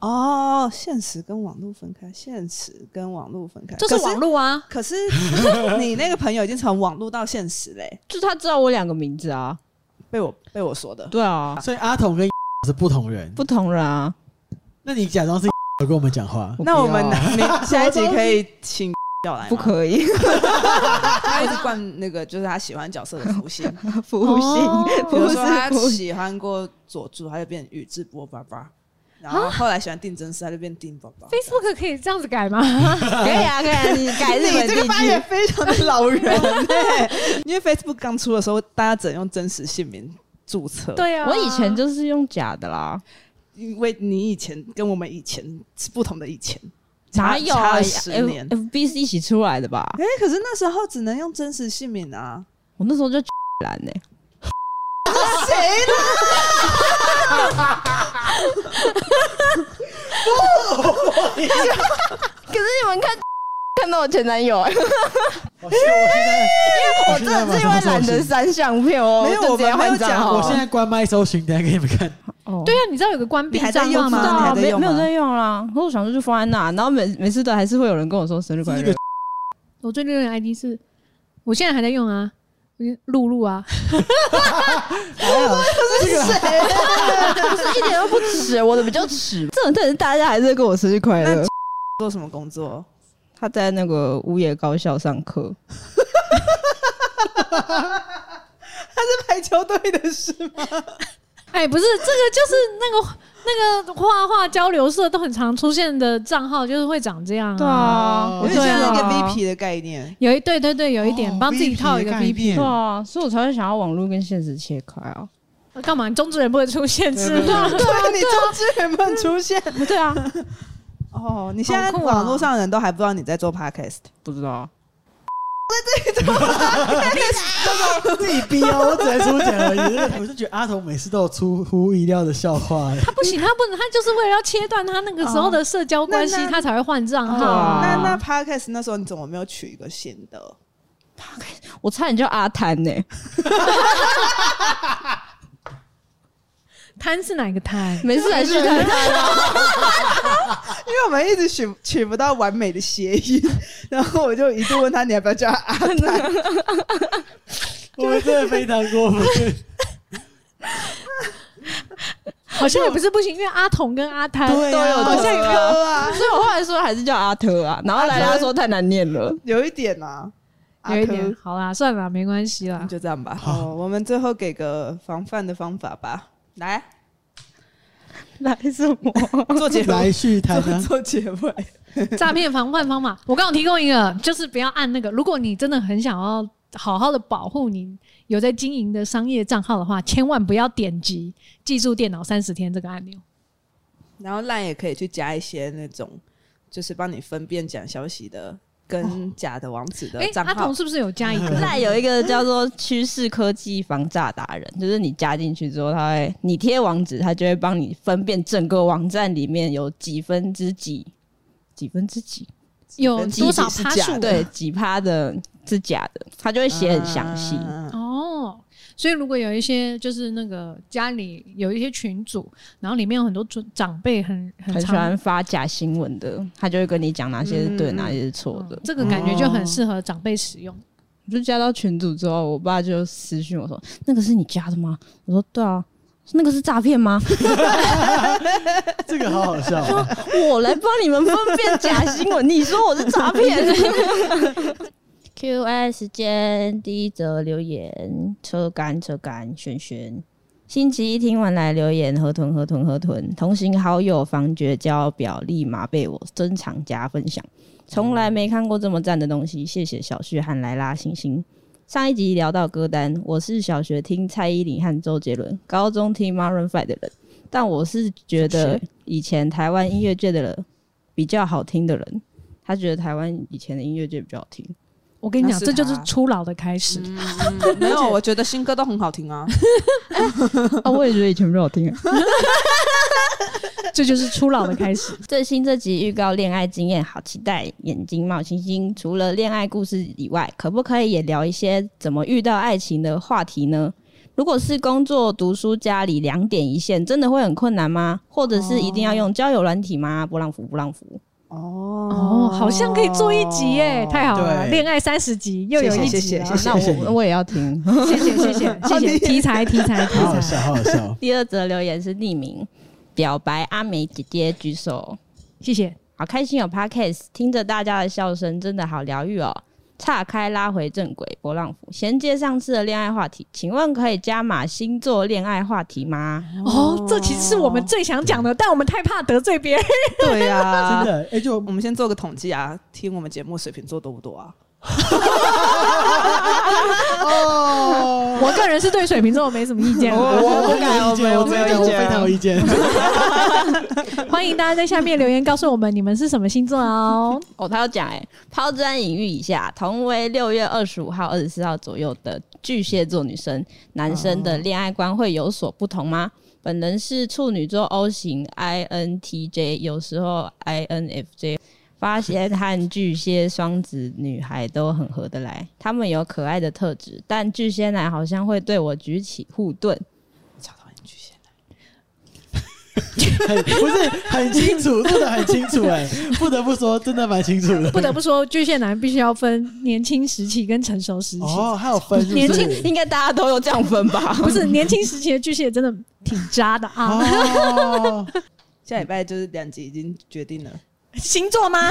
Speaker 1: 哦，现实跟网络分开，现实跟网络分开，
Speaker 2: 这是
Speaker 1: 可
Speaker 2: 网。络啊，
Speaker 1: 可是 就是你那个朋友已经从网络到现实嘞、
Speaker 4: 就他知道我两个名字啊，
Speaker 1: 被我被我说的。
Speaker 4: 对啊，
Speaker 3: 所以阿童跟 是不同人，
Speaker 4: 不同人啊，
Speaker 3: 那你假装是 跟我们讲话，
Speaker 1: 那我们
Speaker 4: 不要啊
Speaker 1: 你下一集可以 请叫来吗，
Speaker 4: 不可以
Speaker 1: 他一直灌那个就是他喜欢角色的 福星，
Speaker 4: 服务
Speaker 2: 哦
Speaker 4: 性，
Speaker 1: 比
Speaker 4: 不
Speaker 1: 如
Speaker 4: 是
Speaker 1: 说他
Speaker 4: 服务性
Speaker 1: 喜欢过佐助，他就变宇智波爸爸，然后后来喜欢定真司，他就变定爸爸。
Speaker 2: Facebook 可以这样子改吗？
Speaker 4: 可以啊，可以啊， 你改日本
Speaker 1: 你这个
Speaker 4: 地
Speaker 1: 发言
Speaker 4: 区，
Speaker 1: 非常的老人、 欸， 因为 Facebook 刚出的时候，大家只能用真实姓名注册。，
Speaker 2: 对啊，
Speaker 4: 我以前就是用假的啦，
Speaker 1: 因为你以前跟我们以前是不同的以前，
Speaker 4: 哪
Speaker 1: 差
Speaker 4: 有
Speaker 1: 差
Speaker 4: 啊
Speaker 1: 了十年？
Speaker 4: F B 是一起出来的吧？
Speaker 1: 哎、可是那时候只能用真实姓名啊。
Speaker 4: 我那时候就 蓝呢， 可是你们看 看 到我前男友，
Speaker 3: 我现在
Speaker 4: 我真的是因为懒得删相片哦，
Speaker 1: 没有
Speaker 4: 就直接换账号
Speaker 3: 我现在关麦搜寻，等一下给你们看。
Speaker 4: 哦
Speaker 2: 对啊，你知道有个关闭
Speaker 1: 你还在
Speaker 2: 账号
Speaker 1: 用
Speaker 4: 不知道
Speaker 1: 吗
Speaker 2: 吗？
Speaker 4: 啊
Speaker 1: 你还在
Speaker 4: 没
Speaker 1: 用
Speaker 4: 没
Speaker 1: 吗
Speaker 4: 有在用啦。可是我想说就放在那，然后每每次都还是会有人跟我说生日快
Speaker 3: 这
Speaker 4: 乐
Speaker 3: 个。
Speaker 2: 我最热的 ID 是，我现在还在用啊，露露啊，
Speaker 3: 还好这个
Speaker 4: 不是一点都不迟，我的比较迟。这种但是大家还是会跟我生日快
Speaker 1: 那
Speaker 4: 乐。
Speaker 1: 做什么工作？
Speaker 4: 他在那个午夜高校上课，
Speaker 1: 排球队的是吗？
Speaker 2: 哎，不是这个就是那个那个画画交流社都很常出现的账号，就是会长这样、啊。
Speaker 4: 对啊，
Speaker 1: 有
Speaker 4: 我
Speaker 1: 点
Speaker 4: 对
Speaker 1: 像那个
Speaker 4: 啊
Speaker 1: VP 的概念。
Speaker 2: 有一对对对，有一点帮自己套一个
Speaker 3: V
Speaker 2: VP，
Speaker 3: P
Speaker 4: 对啊，所以我才会想要网络跟现实切开啊。
Speaker 2: 干嘛？中之人不能出现是
Speaker 3: 对
Speaker 2: 吗？
Speaker 1: 对啊，你中之人们出现
Speaker 4: 对啊，
Speaker 1: 哦！你现在
Speaker 2: 好酷啊
Speaker 1: 网络上的人都还不知道你在做 podcast，
Speaker 4: 不知道啊。
Speaker 3: 自己逼 哦，我只能出钱而已。我是觉得阿童每次都有出乎意料的笑话，
Speaker 2: 他不行，他不能，他就是为了要切断他那个时候的社交关系
Speaker 1: 哦那，那
Speaker 2: 他才会换账号
Speaker 4: 对
Speaker 2: 啊。
Speaker 4: 啊
Speaker 1: 那那 podcast 那时候你怎么没有取一个新的？
Speaker 4: 我差点叫阿谭呢、
Speaker 2: 贪是哪个贪？
Speaker 4: 没事还去谈谈啊。
Speaker 1: 因为我们一直取取不到完美的谐音， 然后我就一度问他你要不要叫他 阿蛋，
Speaker 3: 我们真的非常过分。
Speaker 2: 好像也不是不行，因为阿童跟阿贪
Speaker 4: 对
Speaker 2: 都有
Speaker 4: 啊
Speaker 1: 好
Speaker 2: 同
Speaker 1: 像
Speaker 4: 对
Speaker 1: 哥啊，
Speaker 4: 所以我后来说还是叫阿特啊，然后莱拉说太难念了。
Speaker 1: 有一点啊，阿
Speaker 2: 有一
Speaker 1: 科
Speaker 2: 点，好啦，算了，没关系啦。
Speaker 1: 就这样吧。
Speaker 3: 好
Speaker 1: 好，我们最后给个防范的方法吧，来
Speaker 4: 来什么？
Speaker 1: 做结
Speaker 3: 来
Speaker 1: 尾，
Speaker 3: 续谈
Speaker 1: 做
Speaker 3: 啊，
Speaker 1: 做结尾，
Speaker 2: 诈骗防范方法，我刚刚有提供一个，就是不要按那个。如果你真的很想要好好的保护你有在经营的商业账号的话，千万不要点击记住电脑三十天这个按钮。
Speaker 1: 然后烂也可以去加一些那种，就是帮你分辨假消息的跟假的网址的
Speaker 2: 哎、
Speaker 1: 账
Speaker 2: 阿
Speaker 1: 号
Speaker 2: 童。是不是有加 一个？
Speaker 4: 赖有一个叫做趋势科技防诈达人，就是你加进去之后，他会你贴网址，他就会帮你分辨整个网站里面有几分之几、几分之几、
Speaker 2: 有
Speaker 1: 分之
Speaker 2: 多少
Speaker 1: 几是
Speaker 2: 趴
Speaker 1: 假
Speaker 2: 数？
Speaker 4: 对几趴的是假的，他就会写很详细。
Speaker 1: 啊
Speaker 2: 哦，所以如果有一些就是那个家里有一些群组，然后里面有很多长长辈很很
Speaker 4: 很喜
Speaker 2: 常
Speaker 4: 欢发假新闻的，他就会跟你讲哪些是对，
Speaker 1: 嗯
Speaker 4: 哪些是错的。
Speaker 2: 这个感觉
Speaker 1: 哦
Speaker 2: 就很适合长辈使用。
Speaker 4: 我就加到群组之后，我爸就私讯我说：“那个是你加的吗？”我说：“对啊。”那个是诈骗吗？
Speaker 3: 这个好好 笑哦。
Speaker 4: 我来帮你们分辨假新闻，你说我是诈 骗？Q&A 时间，第一则留言：车干车干，轩轩。星期一听完来留言，河豚河豚河豚，同行好友防绝交表立马被我珍藏加分享，从来没看过这么赞的东西，谢谢小旭和莱拉星星。上一集聊到歌单，我是小学听蔡依林和周杰伦，高中听 Maroon Five 的人，但我是觉得以前台湾音乐界的人比较好听的人，他觉得台湾以前的音乐界比较好听。
Speaker 2: 我跟你讲，
Speaker 1: 那是
Speaker 2: 这就是
Speaker 1: 他
Speaker 2: 初老的开始。
Speaker 1: 嗯没有，我觉得新歌都很好听啊。
Speaker 4: 啊，我也觉得以前比较好听、啊。
Speaker 2: 这就是初老的开始。
Speaker 4: 最新这集预告恋爱经验，好期待！眼睛冒星星。除了恋爱故事以外，可不可以也聊一些怎么遇到爱情的话题呢？如果是工作、读书、家里两点一线，真的会很困难吗？或者是一定要用交友软体吗？不浪服，不浪服。
Speaker 1: 哦
Speaker 2: 哦，好像可以做一集耶，太好了！
Speaker 3: 对
Speaker 2: 恋爱三十集又有一
Speaker 1: 谢
Speaker 2: 集
Speaker 1: 谢
Speaker 2: 了，
Speaker 1: 谢谢
Speaker 4: 那我我也要听。
Speaker 2: 谢谢谢谢谢谢题材题材题
Speaker 3: 好好
Speaker 2: 材，
Speaker 3: 笑，好好笑。
Speaker 4: 第二则留言是匿名，表白阿美姐姐举手，
Speaker 2: 谢谢。
Speaker 4: 好开心有 podcast，听着大家的笑声，真的好疗愈哦。岔开拉回正轨，波浪符衔接上次的恋爱话题，请问可以加码星座恋爱话题吗？
Speaker 2: 哦，这其实是我们最想讲的，但我们太怕得罪别人。
Speaker 1: 对呀、
Speaker 3: 真的，哎、就
Speaker 1: 我们先做个统计啊，听我们节目水瓶座多不多啊？
Speaker 3: 哦，
Speaker 2: 我个人是对水瓶座没什么意见
Speaker 3: 我
Speaker 2: 的，
Speaker 3: 我我
Speaker 1: 敢
Speaker 3: 有意见，
Speaker 1: 我
Speaker 3: 我
Speaker 1: 没
Speaker 3: 直
Speaker 1: 有意
Speaker 3: 接讲，我
Speaker 1: 见
Speaker 3: 非常有意见。
Speaker 2: 欢迎大家在下面留言告诉我们你们是什么星座哦。
Speaker 4: 哦，他要讲哎、抛砖引玉一下，同为六月二十五号、二十四号左右的巨蟹座女生，男生的恋爱观会有所不同吗？本人是处女座 O 型，INTJ，有时候 INFJ。发现和巨蟹、双子女孩都很合得来，他们有可爱的特质，但巨蟹男好像会对我举起 护盾。
Speaker 1: 超讨厌巨蟹男，
Speaker 3: 很不是很清楚，真的很清楚哎、不得不说，真的蛮清楚的。
Speaker 2: 不得不说，巨蟹男必须要分年轻时期跟成熟时期。
Speaker 3: 哦，还有分是不是
Speaker 2: 年轻
Speaker 4: 应该大家都有这样分吧？
Speaker 2: 不是年轻时期的巨蟹真的挺渣的啊！
Speaker 3: 哦，
Speaker 1: 下礼拜就是两集已经决定了，
Speaker 2: 星座吗？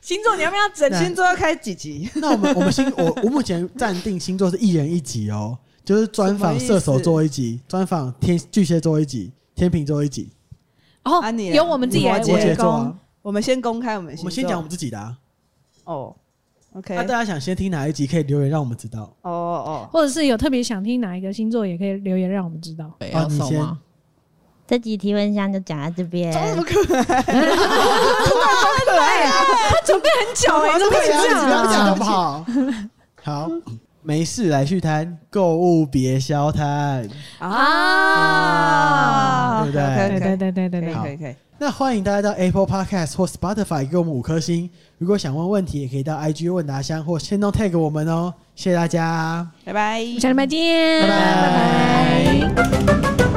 Speaker 2: 星座你要不要整
Speaker 1: 星座要开几集？
Speaker 3: 那我们我们星我我目前暂定星座是一人一集哦，就是专访射手座一集，专访天巨蟹座一集，天秤座一集，
Speaker 2: 哦
Speaker 1: 啊，你嘞
Speaker 2: 由我们自己来
Speaker 1: 摩
Speaker 3: 摩羯
Speaker 2: 围
Speaker 3: 座
Speaker 2: 攻
Speaker 3: 啊。。
Speaker 1: 我们先公开我们星座
Speaker 3: 我们先讲我们自己的、啊，
Speaker 1: 哦，OK，
Speaker 3: 那、大家想先听哪一集，可以留言让我们知道。
Speaker 1: 哦哦，
Speaker 2: 或者是有特别想听哪一个星座，也可以留言让我们知道。
Speaker 3: 要啊你送吗？
Speaker 4: 这集提问箱就讲到这边。
Speaker 2: 他准备很久哎、
Speaker 1: 好
Speaker 2: 欸，
Speaker 1: 这
Speaker 2: 怎么
Speaker 1: 个
Speaker 2: 可以
Speaker 1: 也要
Speaker 2: 这样
Speaker 1: 讲
Speaker 2: 啊？
Speaker 3: 好不好？好，没事来续摊，购物别消摊。
Speaker 1: 啊，
Speaker 3: 对不对
Speaker 2: 对对对对
Speaker 1: 可以
Speaker 2: 对对，
Speaker 3: 好
Speaker 1: 可以可以，
Speaker 3: 那欢迎大家到 Apple Podcast 或 Spotify 给我们五颗星。如果想问问题，也可以到 IG 问答箱或先动 tag 我们哦。谢谢大家。
Speaker 1: 拜拜
Speaker 2: 我。们下礼拜见，
Speaker 3: 拜拜
Speaker 2: 拜拜